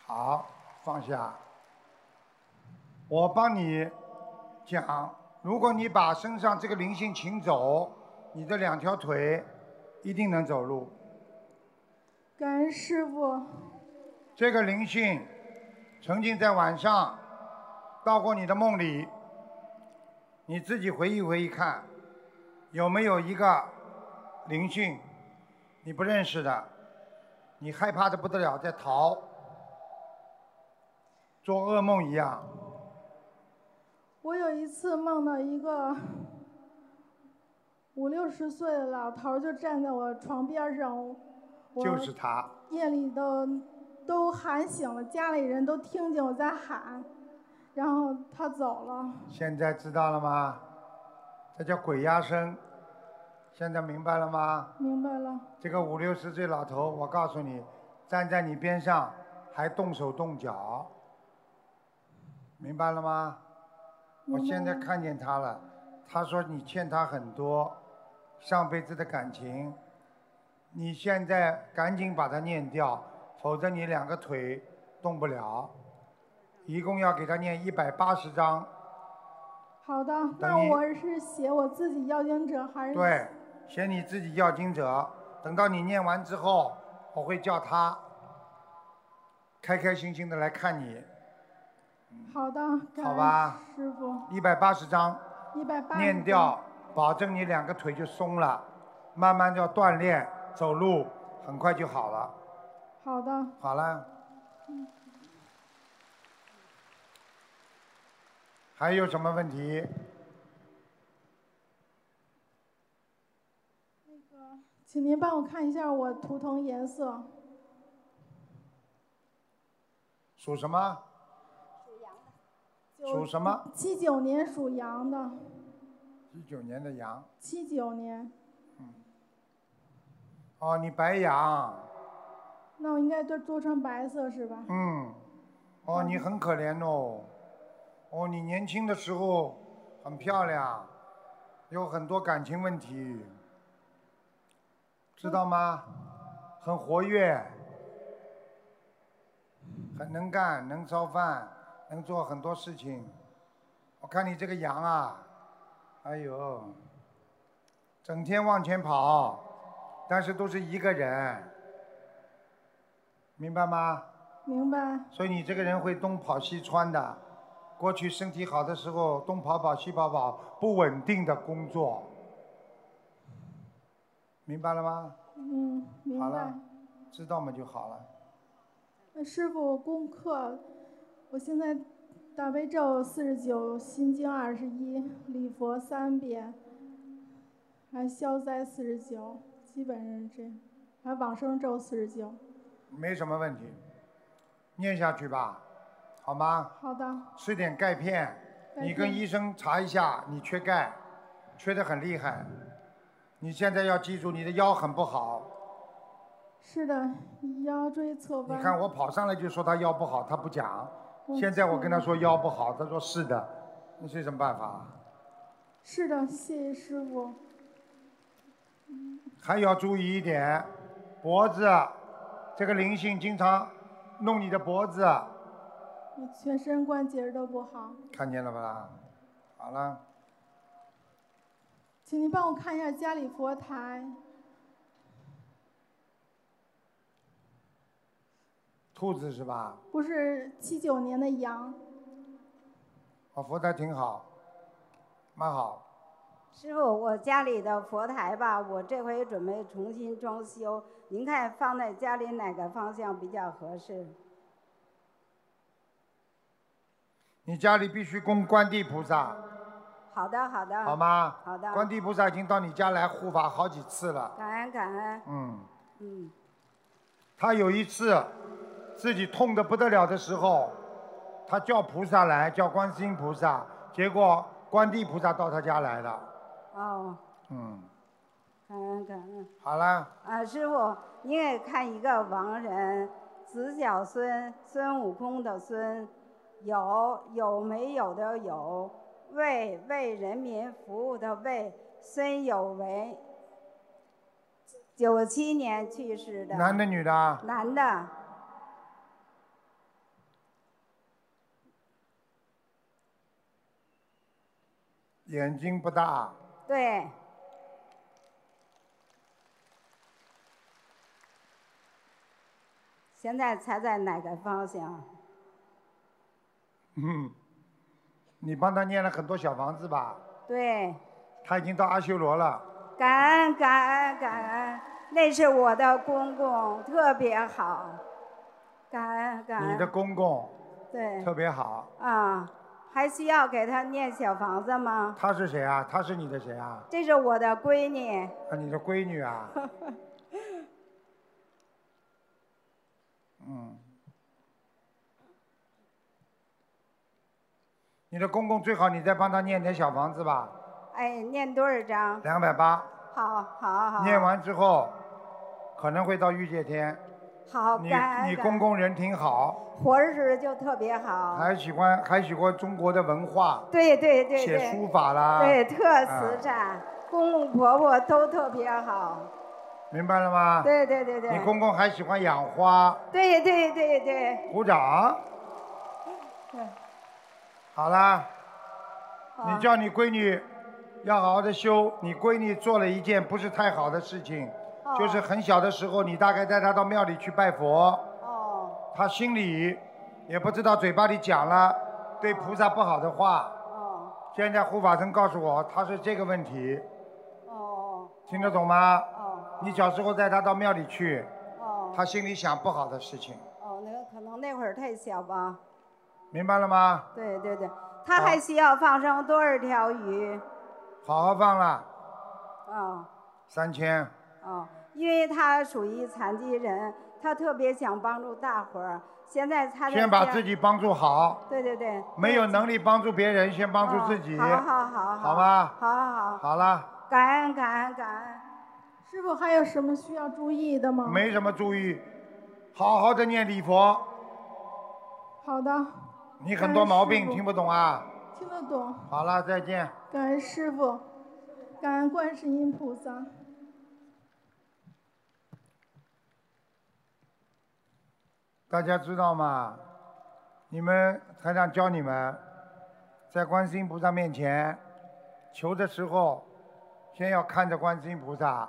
Speaker 4: 好，放下。我帮你讲，如果你把身上这个灵性请走，你的两条腿一定能走路。
Speaker 12: 感恩师傅，
Speaker 4: 这个灵性曾经在晚上到过你的梦里，你自己回忆回忆看，有没有一个灵性你不认识的，你害怕的不得了，在逃，做噩梦一样。
Speaker 12: 我有一次梦到一个五六十岁的老头儿就站在我床边上，我
Speaker 4: 就是他，
Speaker 12: 夜里都都喊醒了，家里人都听见我在喊，然后他走了。
Speaker 4: 现在知道了吗？这叫鬼压身，现在明白了吗？
Speaker 12: 明白了，
Speaker 4: 这个五六十岁老头，我告诉你，站在你边上还动手动脚，明白了吗？我现在
Speaker 12: 明白
Speaker 4: 看见他了，他说你欠他很多，上辈子的感情，你现在赶紧把它念掉，否则你两个腿动不了。一共要给他念一百八十章，
Speaker 12: 好的，那
Speaker 4: 等你
Speaker 12: 我是写我自己要经者还是？
Speaker 4: 对，写你自己要经者。等到你念完之后，我会叫他开开心心的来看你，
Speaker 12: 好的，感
Speaker 4: 好
Speaker 12: 恩
Speaker 4: 吧
Speaker 12: 师傅，
Speaker 4: 一百八十章。
Speaker 12: 一百八
Speaker 4: 念掉，保证你两个腿就松了，慢慢要锻炼走路，很快就好了。
Speaker 12: 好的，
Speaker 4: 好了，
Speaker 12: 嗯
Speaker 4: 还有什么问题？
Speaker 12: 请您帮我看一下我图腾颜色，
Speaker 4: 属什么？
Speaker 12: 就
Speaker 4: 属什么？
Speaker 12: 七九年属羊的，
Speaker 4: 一九年的羊。
Speaker 12: 七九年，
Speaker 4: 哦，你白羊。
Speaker 12: 那我应该多多穿白色是吧？
Speaker 4: 嗯。哦，你很可怜哦。哦，你年轻的时候很漂亮，有很多感情问题，知道吗？很活跃，很能干，能烧饭，能做很多事情。我看你这个羊啊，哎呦，整天往前跑，但是都是一个人，明白吗？
Speaker 12: 明白，
Speaker 4: 所以你这个人会东跑西窜的。过去身体好的时候，东跑跑西跑跑，不稳定的工作，明白了吗？
Speaker 12: 嗯，明
Speaker 4: 好
Speaker 12: 白
Speaker 4: 了。，知道嘛就好了。
Speaker 12: 那师傅功课，我现在大悲咒四十九，心经二十一，礼佛三遍，还消灾四十九，基本上是这样，还往生咒四十九。
Speaker 4: 没什么问题，念下去吧，好吗？
Speaker 12: 好的，
Speaker 4: 吃点钙片，
Speaker 12: 钙
Speaker 4: 你跟
Speaker 12: 片
Speaker 4: 医生查一下，你缺钙，缺得很厉害。你现在要记住，你的腰很不好。
Speaker 12: 是的，腰椎侧
Speaker 4: 你
Speaker 12: 弯。
Speaker 4: 看我跑上来就说他腰不好，他不讲。
Speaker 12: 嗯
Speaker 4: 现在我跟他
Speaker 12: 是
Speaker 4: 说腰不好，他说是的，那是什么办法？
Speaker 12: 是的，谢谢师傅。嗯
Speaker 4: 还要注意一点，脖子这个灵性经常弄你的脖子，
Speaker 12: 我全身关节都不好，
Speaker 4: 看见了吧啦？好了，
Speaker 12: 请您帮我看一下家里佛台。
Speaker 4: 兔子是吧？
Speaker 12: 不是七九年的羊，
Speaker 4: 我哦佛台挺好，蛮好。
Speaker 14: 师傅，我家里的佛台吧，我这回准备重新装修，您看放在家里哪个方向比较合适？
Speaker 4: 你家里必须供观地菩萨，
Speaker 14: 好的，好的，
Speaker 4: 好？吗？
Speaker 14: 好的
Speaker 4: 观地菩萨已经到你家来护法好几次了。
Speaker 14: 感恩感恩，
Speaker 4: 嗯，
Speaker 14: 嗯，
Speaker 4: 他有一次自己痛得不得了的时候，他叫菩萨来，叫观世音菩萨，结果观地菩萨到他家来了。
Speaker 14: 哦，
Speaker 4: 嗯，
Speaker 14: 感恩感恩。
Speaker 4: 好了。
Speaker 14: 啊，师傅，您也看一个亡人，子小孙，孙悟空的孙，有有没有的有，为为人民服务的为，孙有为，九七年去世的，
Speaker 4: 男的女的啊？
Speaker 14: 男的，
Speaker 4: 眼睛不大，
Speaker 14: 对，现在才在哪个方向？
Speaker 4: 嗯，你帮他念了很多小房子吧？
Speaker 14: 对。
Speaker 4: 他已经到阿修罗了。
Speaker 14: 感恩感恩感恩，那是我的公公，特别好，感恩感恩。
Speaker 4: 你的公公
Speaker 14: 对
Speaker 4: 特别好，
Speaker 14: 啊、还需要给他念小房子吗？
Speaker 4: 他是谁啊？他是你的谁啊？
Speaker 14: 这是我的闺女，
Speaker 4: 啊，你的闺女 啊。嗯。你的公公最好你再帮他念点小房子吧，
Speaker 14: 哎，念多少章？
Speaker 4: 两百八，
Speaker 14: 好，好，好。
Speaker 4: 念完之后可能会到御界天，
Speaker 14: 好
Speaker 4: 你
Speaker 14: 感恩
Speaker 4: 你
Speaker 14: 感
Speaker 4: 公
Speaker 14: 恩
Speaker 4: 公人挺好，
Speaker 14: 魂儿就特别好。
Speaker 4: 还喜欢还喜欢中国的文化，
Speaker 14: 对对对对，
Speaker 4: 写书法啦，
Speaker 14: 对，特慈
Speaker 4: 啊
Speaker 14: 善，公公婆婆都特别好。
Speaker 4: 明白了吗？
Speaker 14: 对对对对，
Speaker 4: 啊你公公还喜欢养花，
Speaker 14: 对对对对
Speaker 4: 鼓掌。
Speaker 14: 对，
Speaker 4: 好啦，
Speaker 14: 好
Speaker 4: 你叫你闺女要好好的修。你闺女做了一件不是太好的事情，就是很小的时候，你大概带她到庙里去拜佛。她心里也不知道，嘴巴里讲了对菩萨不好的话。现在护法神告诉我，她是这个问题。听得懂吗？你小时候带她到庙里去，她心里想不好的事情，
Speaker 14: 哦，那个可能那会儿太小吧。
Speaker 4: 明白了吗？
Speaker 14: 对对对，他
Speaker 4: 哦
Speaker 14: 还需要放生多少条鱼？
Speaker 4: 好好放了，
Speaker 14: 哦
Speaker 4: 三千。
Speaker 14: 哦，因为他属于残疾人，他特别想帮助大伙儿。现在他在
Speaker 4: 先把
Speaker 14: 家
Speaker 4: 自己帮助好，
Speaker 14: 对对对，
Speaker 4: 没有能力帮助别人，先帮助自己，
Speaker 14: 啊好好好，
Speaker 4: 好吧？
Speaker 14: 好好好，
Speaker 4: 好了，
Speaker 14: 感恩感恩感恩。
Speaker 12: 师傅还有什么需要注意的吗？
Speaker 4: 没什么注意，好好的念礼佛。
Speaker 12: 好的，
Speaker 4: 你很多毛病
Speaker 12: 嗯师父
Speaker 4: 听不懂啊。
Speaker 12: 听得懂。
Speaker 4: 好了，再见。
Speaker 12: 感恩师傅，感恩观世音菩萨。
Speaker 4: 大家知道吗？你们台长教你们，在观世音菩萨面前求的时候，先要看着观世音菩萨，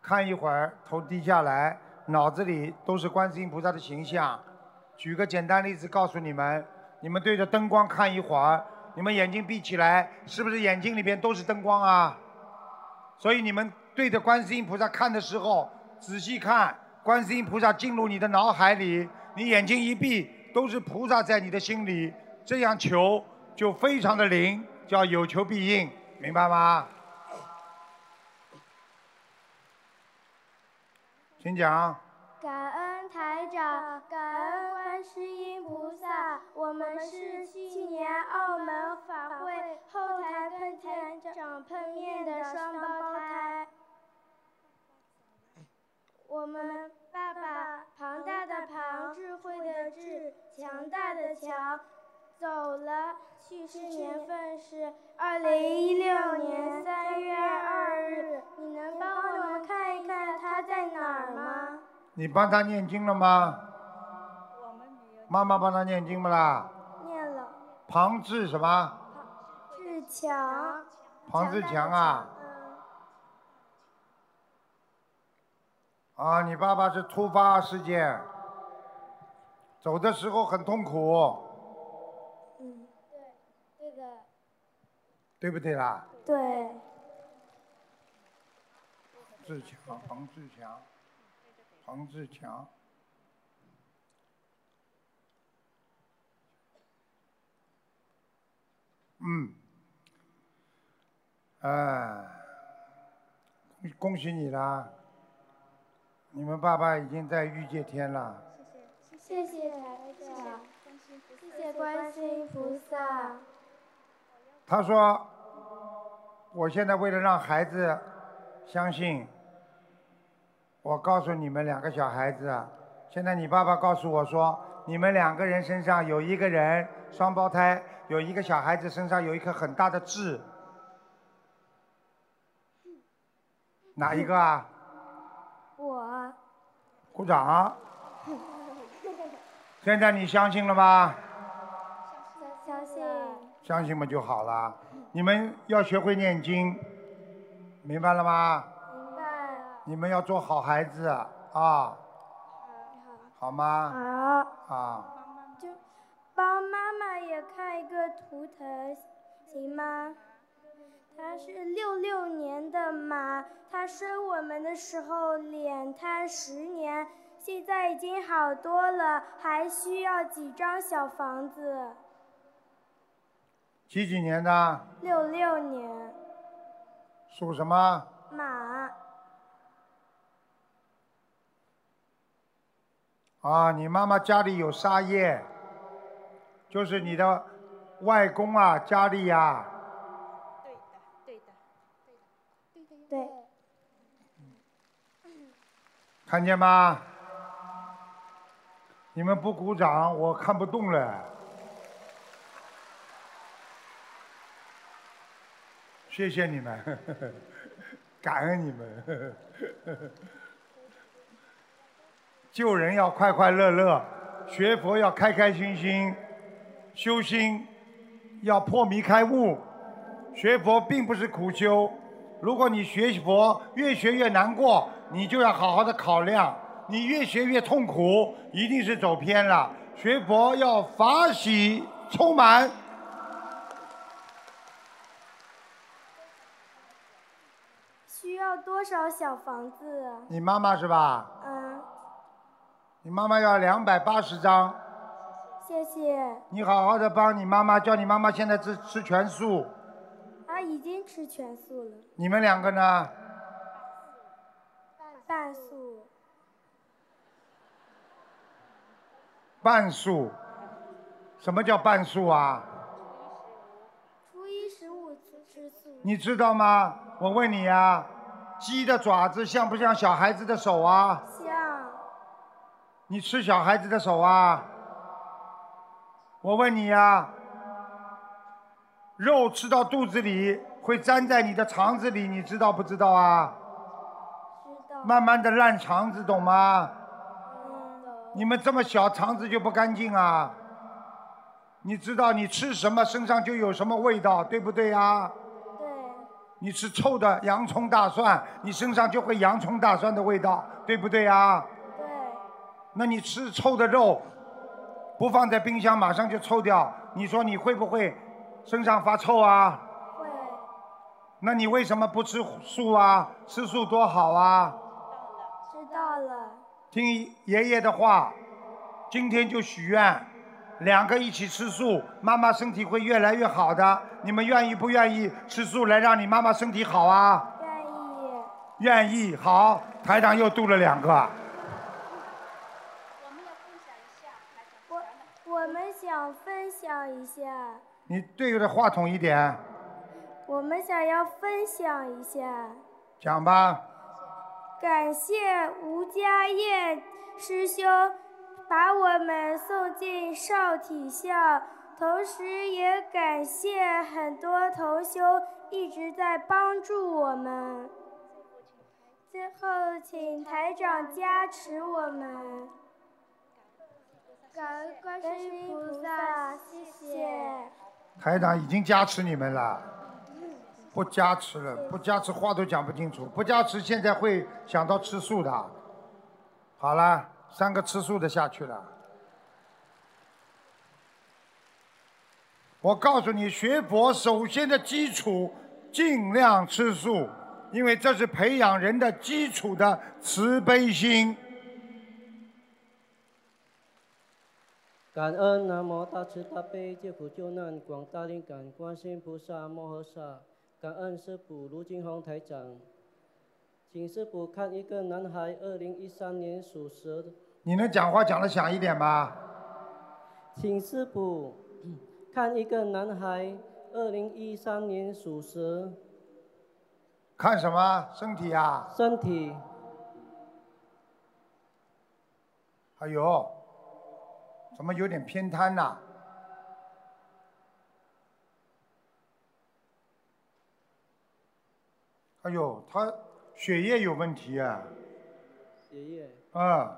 Speaker 4: 看一会儿，头低下来，脑子里都是观世音菩萨的形象。举个简单例子告诉你们：你们对着灯光看一会儿，你们眼睛闭起来，是不是眼睛里边都是灯光啊？所以你们对着观世音菩萨看的时候，仔细看，观世音菩萨进入你的脑海里，你眼睛一闭，都是菩萨在你的心里，这样求就非常的灵，叫有求必应，明白吗？请讲，
Speaker 15: 感恩台长，感恩观世音菩萨。我们是去年澳门法会后台跟台长碰面的双胞胎。我们爸爸庞大的庞，智慧的智，强大的强，走了。去世年份是二零一六年三月二日。你能帮我们看一看他在哪儿吗？
Speaker 4: 你帮他念经了吗？妈妈帮他念经不啦？
Speaker 15: 念了，
Speaker 4: 庞志什么？
Speaker 15: 志强，
Speaker 4: 庞志强啊？啊，你爸爸是突发事件，走的时候很痛苦，
Speaker 15: 嗯，对，对的，
Speaker 4: 对不对啦？
Speaker 15: 对。
Speaker 4: 志强，彭志强，彭志强。嗯，哎，恭恭喜你啦！你们爸爸已经在御界天了。
Speaker 15: 谢谢台长，谢谢观世音菩萨。
Speaker 4: 他说：“我现在为了让孩子相信，我告诉你们两个小孩子啊，现在你爸爸告诉我说，你们两个人身上有一个人双胞胎，有一个小孩子身上有一颗很大的痣，哪一个啊？
Speaker 15: 我。
Speaker 4: 鼓掌！现在你相信了吗？
Speaker 15: 相信
Speaker 4: 相信嘛就好了。你们要学会念经，明白了吗？”
Speaker 15: 明白了。
Speaker 4: 你们要做好孩子啊，好吗？
Speaker 15: 好，
Speaker 4: 啊，
Speaker 15: 就帮妈妈也看一个图腾，行吗？它是六六年的马，它生我们的时候脸瘫十年，现在已经好多了，还需要几张小房子？
Speaker 4: 几几年的？
Speaker 15: 六六年
Speaker 4: 属什么？
Speaker 15: 马，
Speaker 4: 啊，你妈妈家里有沙叶，就是你的外公啊，家里呀、
Speaker 15: 对，
Speaker 4: 看见吗？你们不鼓掌，我看不动了。谢谢你们， 感恩你们。 救人要快快乐乐，学佛要开开心心，修心要破迷开悟。学佛并不是苦修，如果你学佛越学越难过，你就要好好的考量。你越学越痛苦，一定是走偏了。学佛要法喜充满。
Speaker 15: 需要多少小房子啊？
Speaker 4: 你妈妈是吧？
Speaker 15: 嗯，
Speaker 4: 你妈妈要两百八十张，
Speaker 15: 谢谢。
Speaker 4: 你好好的帮你妈妈，叫你妈妈现在吃吃全素。
Speaker 15: 啊，已经吃全素了，
Speaker 4: 你们两个呢？
Speaker 15: 半素。
Speaker 4: 半素，什么叫半素啊？
Speaker 15: 初一十五吃吃素，
Speaker 4: 你知道吗？我问你啊，鸡的爪子像不像小孩子的手啊？
Speaker 15: 像
Speaker 4: 你吃小孩子的手啊？我问你啊，肉吃到肚子里会粘在你的肠子里，你知道不知道啊？知道。慢慢的烂肠子，懂吗？你们这么小，肠子就不干净啊？你知道你吃什么身上就有什么味道，对不对啊？
Speaker 15: 对。
Speaker 4: 你吃臭的洋葱、大蒜，你身上就会洋葱、大蒜的味道，对不对啊？
Speaker 15: 对。
Speaker 4: 那你吃臭的肉，不放在冰箱，马上就臭掉，你说你会不会身上发臭啊？会。那你为什么不吃素啊？吃素多好啊！
Speaker 15: 知道了，
Speaker 4: 听爷爷的话，今天就许愿，两个一起吃素，妈妈身体会越来越好的。你们愿意不愿意吃素来让你妈妈身体好啊？
Speaker 15: 愿意。
Speaker 4: 愿意，好，台长又度了两个。
Speaker 15: 我我们想分享一下，
Speaker 4: 你对着话筒一点
Speaker 15: 我们想要分享一下，
Speaker 4: 讲吧。
Speaker 15: 感谢吴家燕师兄把我们送进少体校，同时也感谢很多同修一直在帮助我们。最后，请台长加持我们。感恩观世音菩萨，谢谢。
Speaker 4: 台长已经加持你们了，不加持了，不加持话都讲不清楚，不加持现在会想到吃素的。好了，三个吃素的下去了。我告诉你，学佛首先的基础，尽量吃素，因为这是培养人的基础的慈悲心。
Speaker 16: 感恩南无大慈大悲救苦救难广大灵感观世音菩萨摩诃萨，感恩师傅卢金红台长，请师傅看一个男孩，二零一三年属蛇，
Speaker 4: 你能讲话讲得响一点吗？
Speaker 16: 请师傅看一个男孩，二零一三年属蛇，
Speaker 4: 看什么？身体啊？
Speaker 16: 身体。
Speaker 4: 哎呦，怎么有点偏瘫呐、哎呦，他血液有问题啊，
Speaker 16: 爷爷
Speaker 4: 嗯，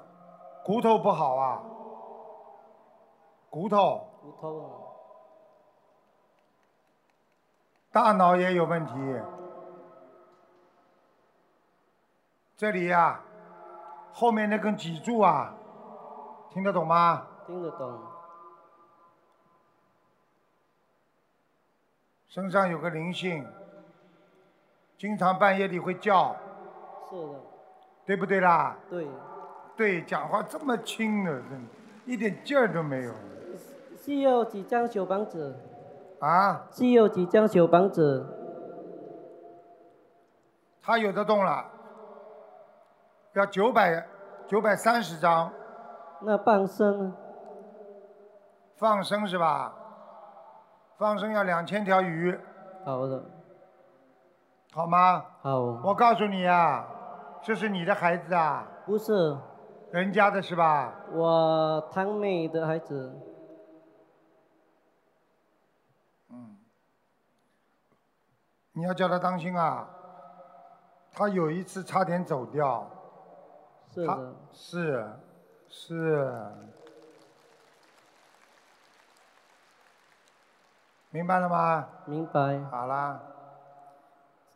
Speaker 4: 骨头不好啊，骨头、
Speaker 16: 骨头啊，
Speaker 4: 大脑也有问题。这里呀、后面那根脊柱啊，听得懂吗？
Speaker 16: 听得懂，
Speaker 4: 身上有个灵性，经常半夜里会叫，
Speaker 16: 是的，
Speaker 4: 对不对啦？
Speaker 16: 对，
Speaker 4: 对，讲话这么轻的，真的一点劲儿都没有
Speaker 16: 需要几张小房子？
Speaker 4: 啊！
Speaker 16: 需要几张小房子？
Speaker 4: 他有的动了，要九百九百三十张。
Speaker 16: 那放生呢？
Speaker 4: 放生是吧？放生要两千条鱼，
Speaker 16: 好的，
Speaker 4: 好吗？
Speaker 16: 好，
Speaker 4: 我告诉你啊，这是你的孩子啊。
Speaker 16: 不是。
Speaker 4: 人家的是吧？
Speaker 16: 我堂妹的孩子，
Speaker 4: 嗯你要叫他当心啊！他有一次差点走掉，
Speaker 16: 是
Speaker 4: 他
Speaker 16: 的，
Speaker 4: 是是，明白了吗？
Speaker 16: 明白。
Speaker 4: 好啦，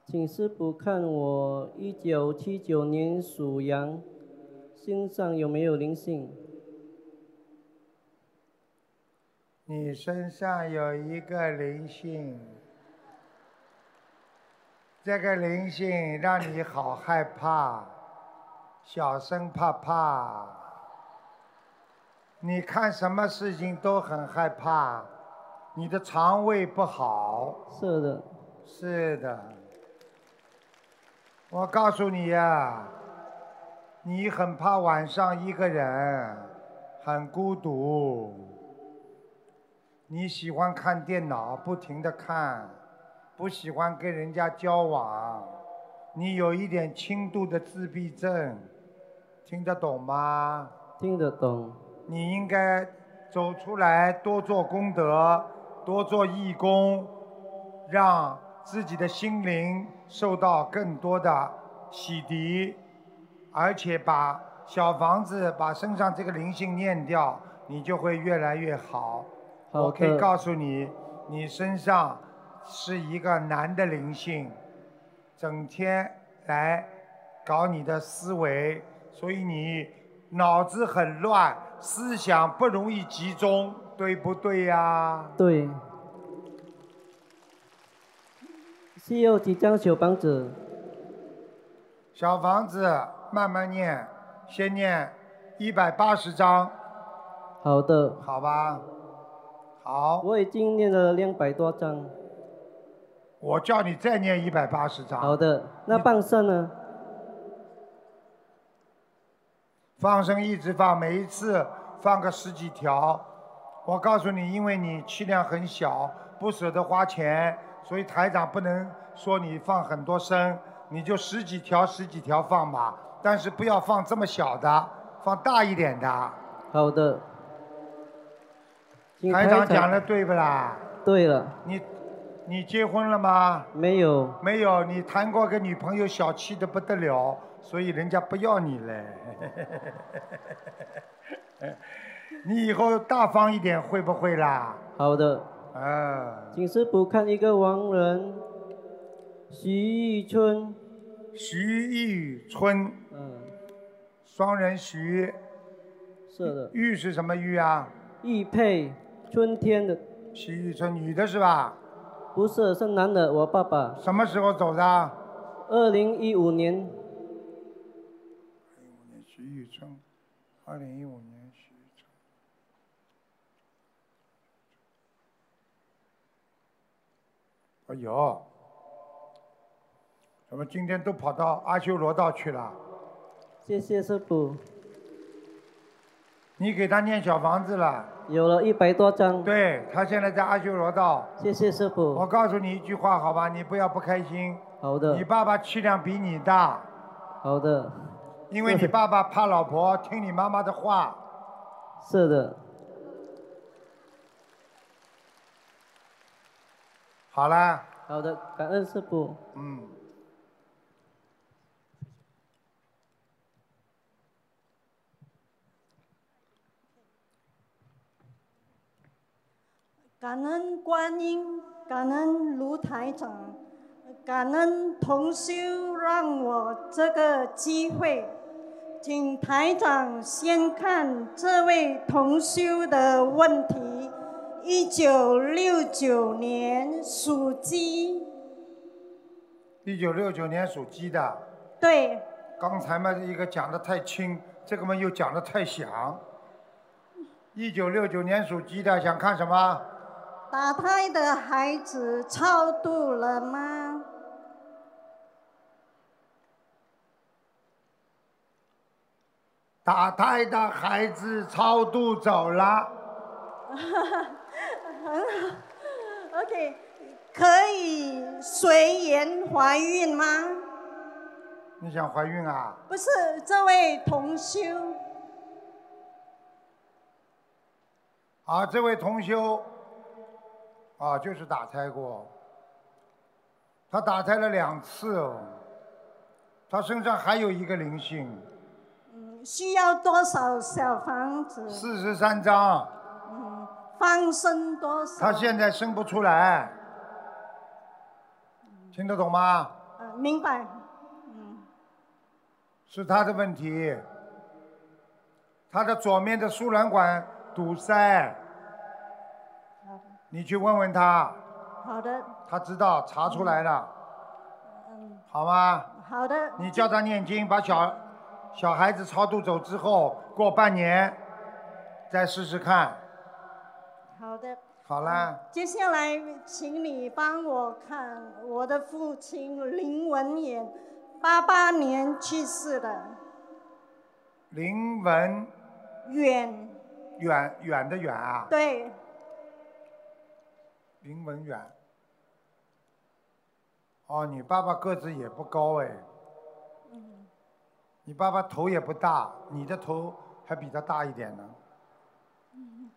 Speaker 16: 请师傅看我一九七九年属羊，身上有没有灵性？
Speaker 4: 你身上有一个灵性，这个灵性让你好害怕，小声怕怕。你看什么事情都很害怕，你的肠胃不好。
Speaker 16: 是的。
Speaker 4: 是的。我告诉你呀、你很怕晚上一个人，很孤独。你喜欢看电脑，不停的看，不喜欢跟人家交往，你有一点轻度的自闭症，听得懂吗？
Speaker 16: 听得懂。
Speaker 4: 你应该走出来，多做功德，多做义工，让自己的心灵受到更多的洗涤，而且把小房子、把身上这个灵性念掉，你就会越来越好。
Speaker 16: 好
Speaker 4: 我可以
Speaker 16: 的
Speaker 4: 告诉你，你身上是一个男的灵性，整天来搞你的思维，所以你脑子很乱，思想不容易集中，对不对呀、
Speaker 16: 对。需要几张小房子？
Speaker 4: 小房子慢慢念，先念一百八十章，
Speaker 16: 好的。
Speaker 4: 好吧？好。
Speaker 16: 我已经念了两百多张。
Speaker 4: 我叫你再念一百八十章。
Speaker 16: 好的，那放生呢？
Speaker 4: 放生一直放，每一次放个十几条。我告诉你，因为你气量很小，不舍得花钱，所以台长不能说你放很多生，你就十几条、十几条放吧。但是不要放这么小的，放大一点的。
Speaker 16: 好的。请
Speaker 4: 台长讲的对不啦？
Speaker 16: 对了，
Speaker 4: 你你结婚了吗？
Speaker 16: 没有。
Speaker 4: 没有，你谈过个女朋友，小气的不得了，所以人家不要你嘞。哎你以后大方一点，会不会啦？
Speaker 16: 好的。
Speaker 4: 啊。
Speaker 16: 请师傅看一个亡人，徐玉春。
Speaker 4: 徐玉春。
Speaker 16: 嗯。
Speaker 4: 双人徐。
Speaker 16: 是的。
Speaker 4: 玉是什么玉啊？
Speaker 16: 玉佩，春天的。
Speaker 4: 徐玉春，女的是吧？
Speaker 16: 不是，是男的，我爸爸。
Speaker 4: 什么时候走的？
Speaker 16: 二零一五年。
Speaker 4: 徐玉春，二零一五年徐玉春。哎呦，怎么今天都跑到阿修罗道去了？
Speaker 16: 谢谢师傅。
Speaker 4: 你给他念小房子了？
Speaker 16: 有了一百多张。
Speaker 4: 对他现在在阿修罗道。
Speaker 16: 谢谢师傅。
Speaker 4: 我告诉你一句话，好吧，你不要不开心。
Speaker 16: 好的
Speaker 4: 你爸爸气量比你大，
Speaker 16: 好的，
Speaker 4: 因为你爸爸怕老婆，听你妈妈的话。
Speaker 16: 是的，
Speaker 4: 好啦，
Speaker 16: 好的，感恩师傅。
Speaker 4: 嗯。
Speaker 13: 感恩观音，感恩卢台长，感恩同修让我这个机会，请台长先看这位同修的问题。一九六九年属鸡，
Speaker 4: 一九六九年属鸡的。
Speaker 13: 对。
Speaker 4: 刚才嘛，一个讲的太轻，这个嘛又讲的太响。一九六九年属鸡的，想看什么？
Speaker 13: 打胎的孩子超度了吗？
Speaker 4: 打胎的孩子超度走了。
Speaker 13: 很好，OK，可以随缘怀孕吗？
Speaker 4: 你想怀孕啊？
Speaker 13: 不是，这位同修，
Speaker 4: 啊，这位同修，啊，就是打胎过，哦他打胎了两次哦，他身上还有一个灵性，
Speaker 13: 嗯需要多少小房子？嗯
Speaker 4: 四十三张，
Speaker 13: 放生多少？
Speaker 4: 他现在生不出来，听得懂吗？
Speaker 13: 呃明白，
Speaker 4: 是他的问题，他的左面的输卵管堵塞，你去问问他，
Speaker 13: 好的，
Speaker 4: 他知道查出来了，
Speaker 13: 嗯，
Speaker 4: 好吗？
Speaker 13: 好的。
Speaker 4: 你叫他念经，把小小孩子超度走之后，过半年再试试看。
Speaker 13: 好的。
Speaker 4: 好啦，
Speaker 13: 接下来，请你帮我看我的父亲林文远，八八年去世的，
Speaker 4: 林文
Speaker 13: 远
Speaker 4: 远远的远啊，
Speaker 13: 对，
Speaker 4: 林文远。哦，你爸爸个子也不高哎，
Speaker 13: 嗯
Speaker 4: 你爸爸头也不大，你的头还比他大一点呢，
Speaker 13: 嗯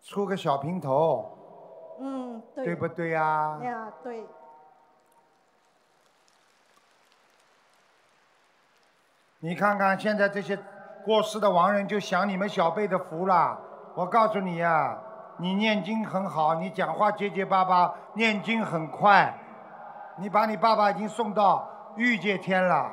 Speaker 4: 梳个小平头，
Speaker 13: 嗯，对，
Speaker 4: 对不对呀、啊？
Speaker 13: 呀，对，
Speaker 4: 你看看现在这些过世的亡人就享你们小辈的福啦。我告诉你呀、啊你念经很好，你讲话结结巴巴，念经很快，你把你爸爸已经送到欲界天了。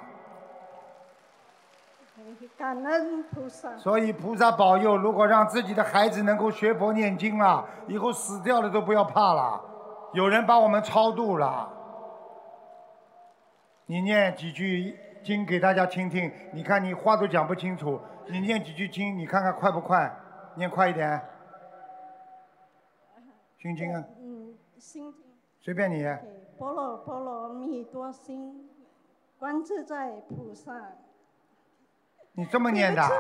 Speaker 13: 感恩菩萨，
Speaker 4: 所以菩萨保佑，如果让自己的孩子能够学佛念经了，以后死掉了都不要怕了。有人把我们超度了，你念几句经给大家听听，你看你话都讲不清楚，你念几句经，你看看快不快？念快一点，心经啊，
Speaker 13: 嗯，心经。
Speaker 4: 随便你。
Speaker 13: 波罗波罗蜜多心，观自在菩萨。啊
Speaker 4: 你这么念的，啊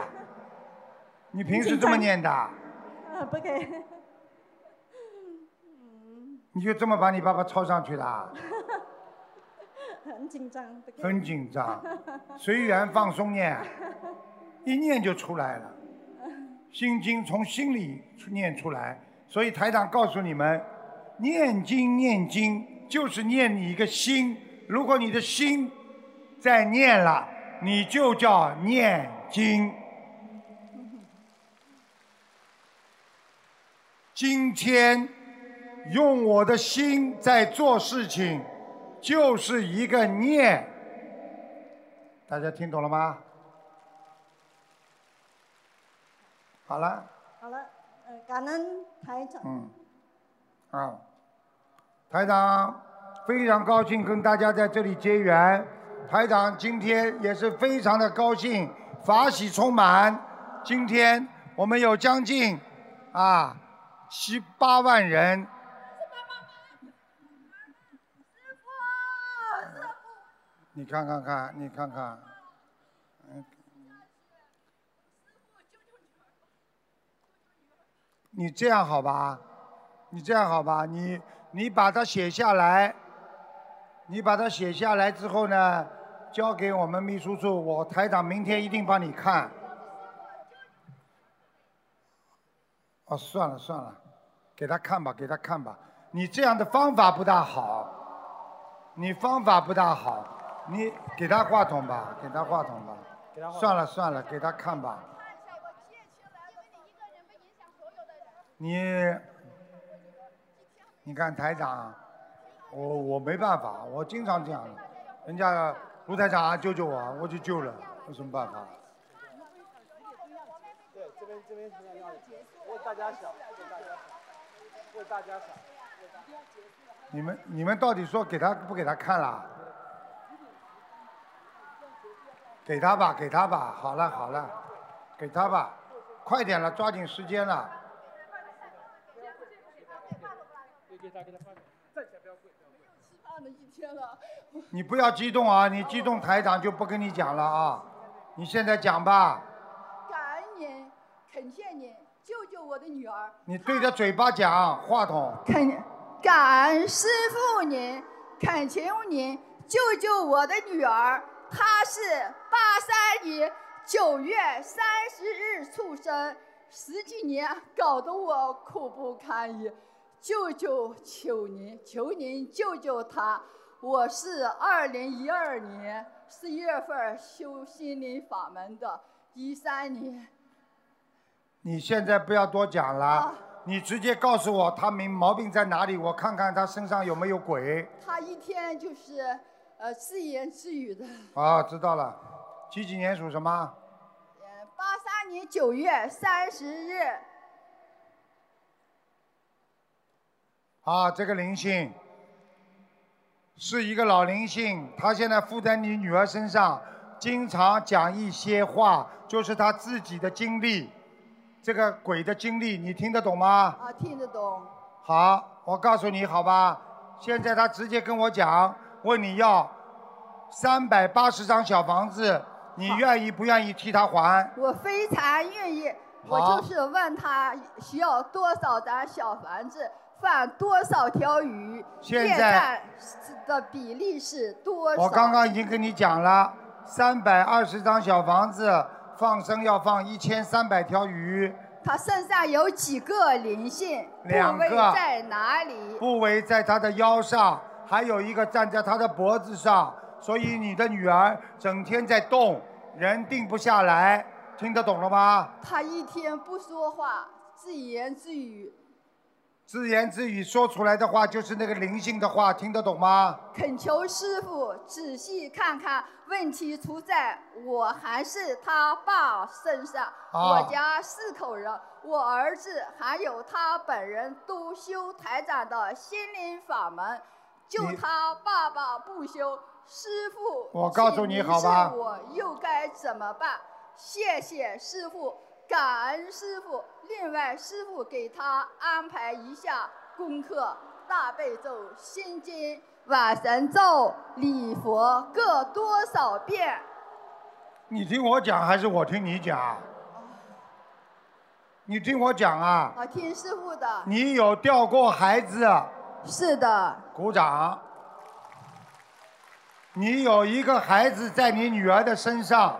Speaker 4: 你平时这么念的，
Speaker 13: 啊，不给。
Speaker 4: 你就这么把你爸爸抄上去的，
Speaker 13: 很紧张，不给。
Speaker 4: 很紧张。随缘放松念，一念就出来了。心经从心里念出来，所以台长告诉你们，念经念经就是念你一个心。如果你的心在念了，你就叫念经。今天用我的心在做事情，就是一个念。大家听懂了吗？好了，
Speaker 13: 好了，呃，感恩台长。
Speaker 4: 嗯，啊，台长非常高兴跟大家在这里结缘。台长今天也是非常的高兴，法喜充满。今天我们有将近啊七八万人你看看看，你看看，嗯，你这样好吧？你这样好吧？你你把它写下来，你把它写下来之后呢，交给我们秘书处，我台长明天一定帮你看。哦，算了算了，给他看吧，给他看吧。你这样的方法不大好。你方法不大好，你给他话筒吧，给他话筒
Speaker 17: 给他
Speaker 4: 吧
Speaker 17: 话。筒
Speaker 4: 算了算了，给他看吧。你，你看台长，我我没办法，我经常这样，人家卢台长啊救救我，我就救了，有什么办法？
Speaker 17: 对，这边这边同样要为大家想，为大家想，为大家想。
Speaker 4: 你们你们到底说给他不给他看啦？给他吧，给他吧，好了好了，给他吧，快点了，抓紧时间了。
Speaker 17: 对，给他给他发给站起来不要跪，没有吃饭的一天了。
Speaker 4: 你不要激动啊！你激动，台长就不跟你讲了啊！你现在讲吧，
Speaker 18: 感恩您，恳切您救救我的女儿，
Speaker 4: 你对着嘴巴讲，话筒。
Speaker 18: 感恩师傅您，恳求您救救我的女儿，她是八三年九月三十日出生，十几年，搞得我苦不堪言。救救，求您，求您救救他！我是二零一二年十一月份修心灵法门的，一三年
Speaker 4: 你现在不要多讲了，你直接告诉我他没毛病在哪里，我看看他身上有没有鬼。
Speaker 18: 他一天就是呃自言自语的。
Speaker 4: 啊，知道了，几几年属什么？
Speaker 18: 八三年九月三十日，
Speaker 4: 啊，这个灵性是一个老灵性，他现在附在你女儿身上，经常讲一些话，就是他自己的经历，这个鬼的经历，你听得懂吗？
Speaker 18: 啊，听得懂。
Speaker 4: 好，我告诉你好吧，现在他直接跟我讲，问你要三百八十张小房子，你愿意不愿意替他还？
Speaker 18: 我非常愿意。我
Speaker 4: 好
Speaker 18: 就是问他需要多少张小房子，放多少条鱼，
Speaker 4: 现
Speaker 18: 业
Speaker 4: 在
Speaker 18: 障的比例是多少？
Speaker 4: 我刚刚已经跟你讲了，三百二十张小房子放生要放一千三百条鱼，
Speaker 18: 他身上有几个灵性？
Speaker 4: 两个
Speaker 18: 部位在哪里？
Speaker 4: 部位在他的腰上，还有一个站在他的脖子上，所以你的女儿整天在动，人定不下来，听得懂了吗？
Speaker 18: 他一天不说话，自言自语，
Speaker 4: 自言自语说出来的话就是那个灵性的话，听得懂吗？
Speaker 18: 恳求师傅仔细看看问题出在我还是他爸身上。
Speaker 4: 啊
Speaker 18: 我家四口人，我儿子还有他本人都修台长的心灵法门，就
Speaker 4: 你
Speaker 18: 他爸爸不修。师傅，
Speaker 4: 我告诉
Speaker 18: 请
Speaker 4: 你
Speaker 18: 您
Speaker 4: 好吧
Speaker 18: 是我又该怎么办？谢谢师傅，感恩师傅。另外，师傅给他安排一下功课：大悲咒、心经、往生咒、礼佛各多少遍？
Speaker 4: 你听我讲还是我听你讲？你听我讲啊！
Speaker 18: 啊，听师傅的。
Speaker 4: 你有掉过孩子？
Speaker 18: 是的。
Speaker 4: 鼓掌。你有一个孩子在你女儿的身上，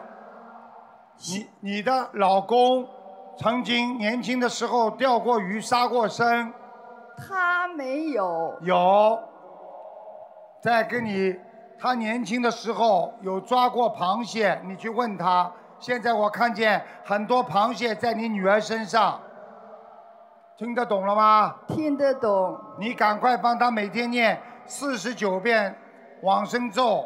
Speaker 4: 你你的老公曾经年轻的时候钓过鱼、杀过生，
Speaker 18: 他没有。
Speaker 4: 有，在跟你他年轻的时候有抓过螃蟹，你去问他。现在我看见很多螃蟹在你女儿身上，听得懂了吗？
Speaker 18: 听得懂。
Speaker 4: 你赶快帮他每天念四十九遍往生咒，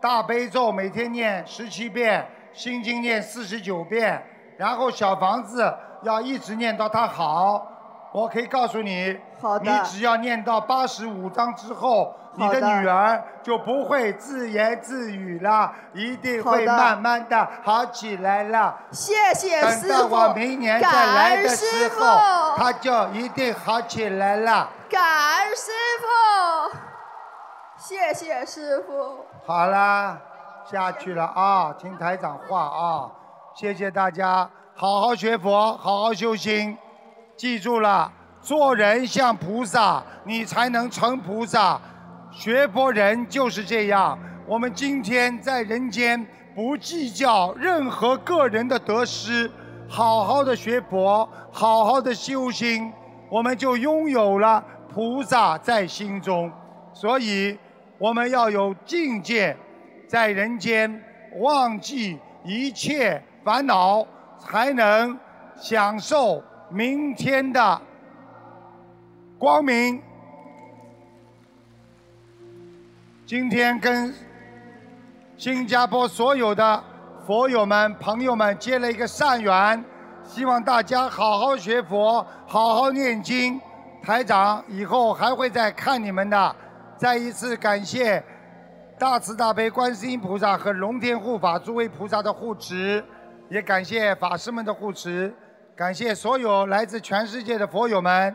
Speaker 4: 大悲咒每天念十七遍，心经念四十九遍，然后小房子要一直念到他好。我可以告诉你，
Speaker 18: 好
Speaker 4: 你
Speaker 18: 的
Speaker 4: 只要念到八十五章之后，你的
Speaker 18: 好的
Speaker 4: 女儿就不会自言自语了，一定
Speaker 18: 好
Speaker 4: 会
Speaker 18: 的
Speaker 4: 慢慢的好起来了。
Speaker 18: 谢谢
Speaker 4: 等
Speaker 18: 师
Speaker 4: 到
Speaker 18: 傅
Speaker 4: 我明年再来的时候
Speaker 18: 感恩师，傅
Speaker 4: 她就一定好起来了。
Speaker 18: 感恩师傅，谢谢师傅。
Speaker 4: 好啦，下去了啊，听台长话啊，谢谢大家，好好学佛，好好修心，记住了，做人像菩萨，你才能成菩萨。学佛人就是这样，我们今天在人间不计较任何个人的得失，好好的学佛，好好的修心，我们就拥有了菩萨在心中。所以我们要有境界，在人间忘记一切烦恼，才能享受明天的光明。今天跟新加坡所有的佛友们、朋友们结了一个善缘，希望大家好好学佛，好好念经。台长以后还会再看你们的。再一次感谢大慈大悲观世音菩萨和龙天护法诸位菩萨的护持，也感谢法师们的护持，感谢所有来自全世界的佛友们，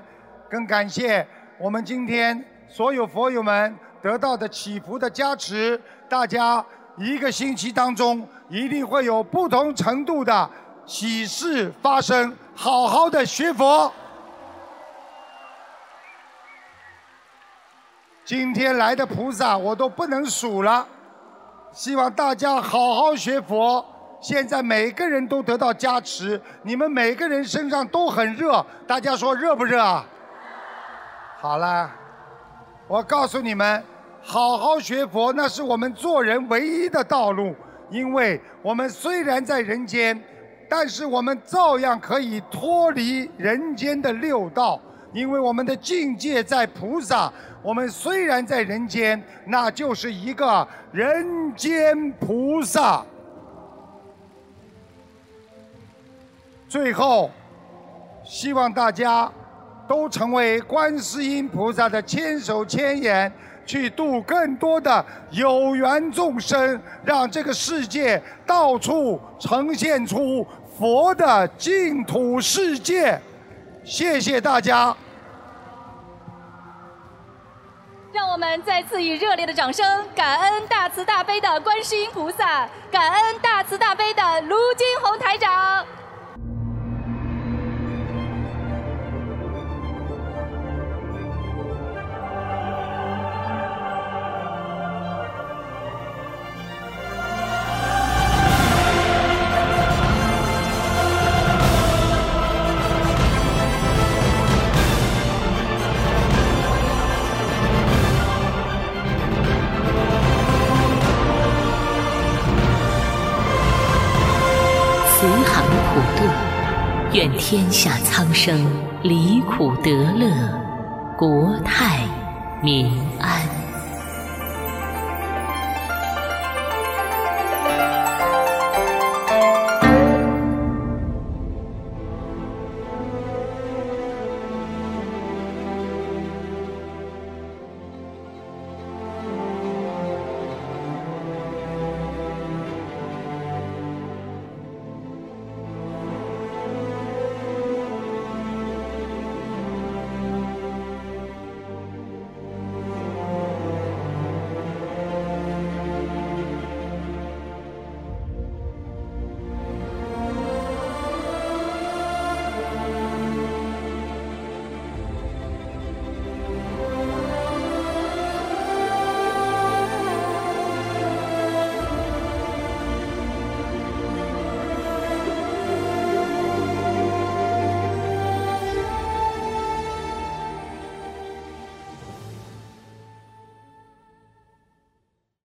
Speaker 4: 更感谢我们今天所有佛友们得到的祈福的加持。大家一个星期当中一定会有不同程度的喜事发生，好好的学佛。今天来的菩萨我都不能数了，希望大家好好学佛，现在每个人都得到加持，你们每个人身上都很热，大家说热不热啊？好啦，我告诉你们，好好学佛那是我们做人唯一的道路，因为我们虽然在人间，但是我们照样可以脱离人间的六道，因为我们的境界在菩萨。我们虽然在人间，那就是一个人间菩萨。最后，希望大家都成为观世音菩萨的千手千眼，去度更多的有缘众生，让这个世界到处呈现出佛的净土世界。谢谢大家。
Speaker 3: 让我们再次以热烈的掌声，感恩大慈大悲的观世音菩萨，感恩大慈大悲的卢金红台长。
Speaker 19: 慈航普渡，愿天下苍生离苦得乐，国泰民安。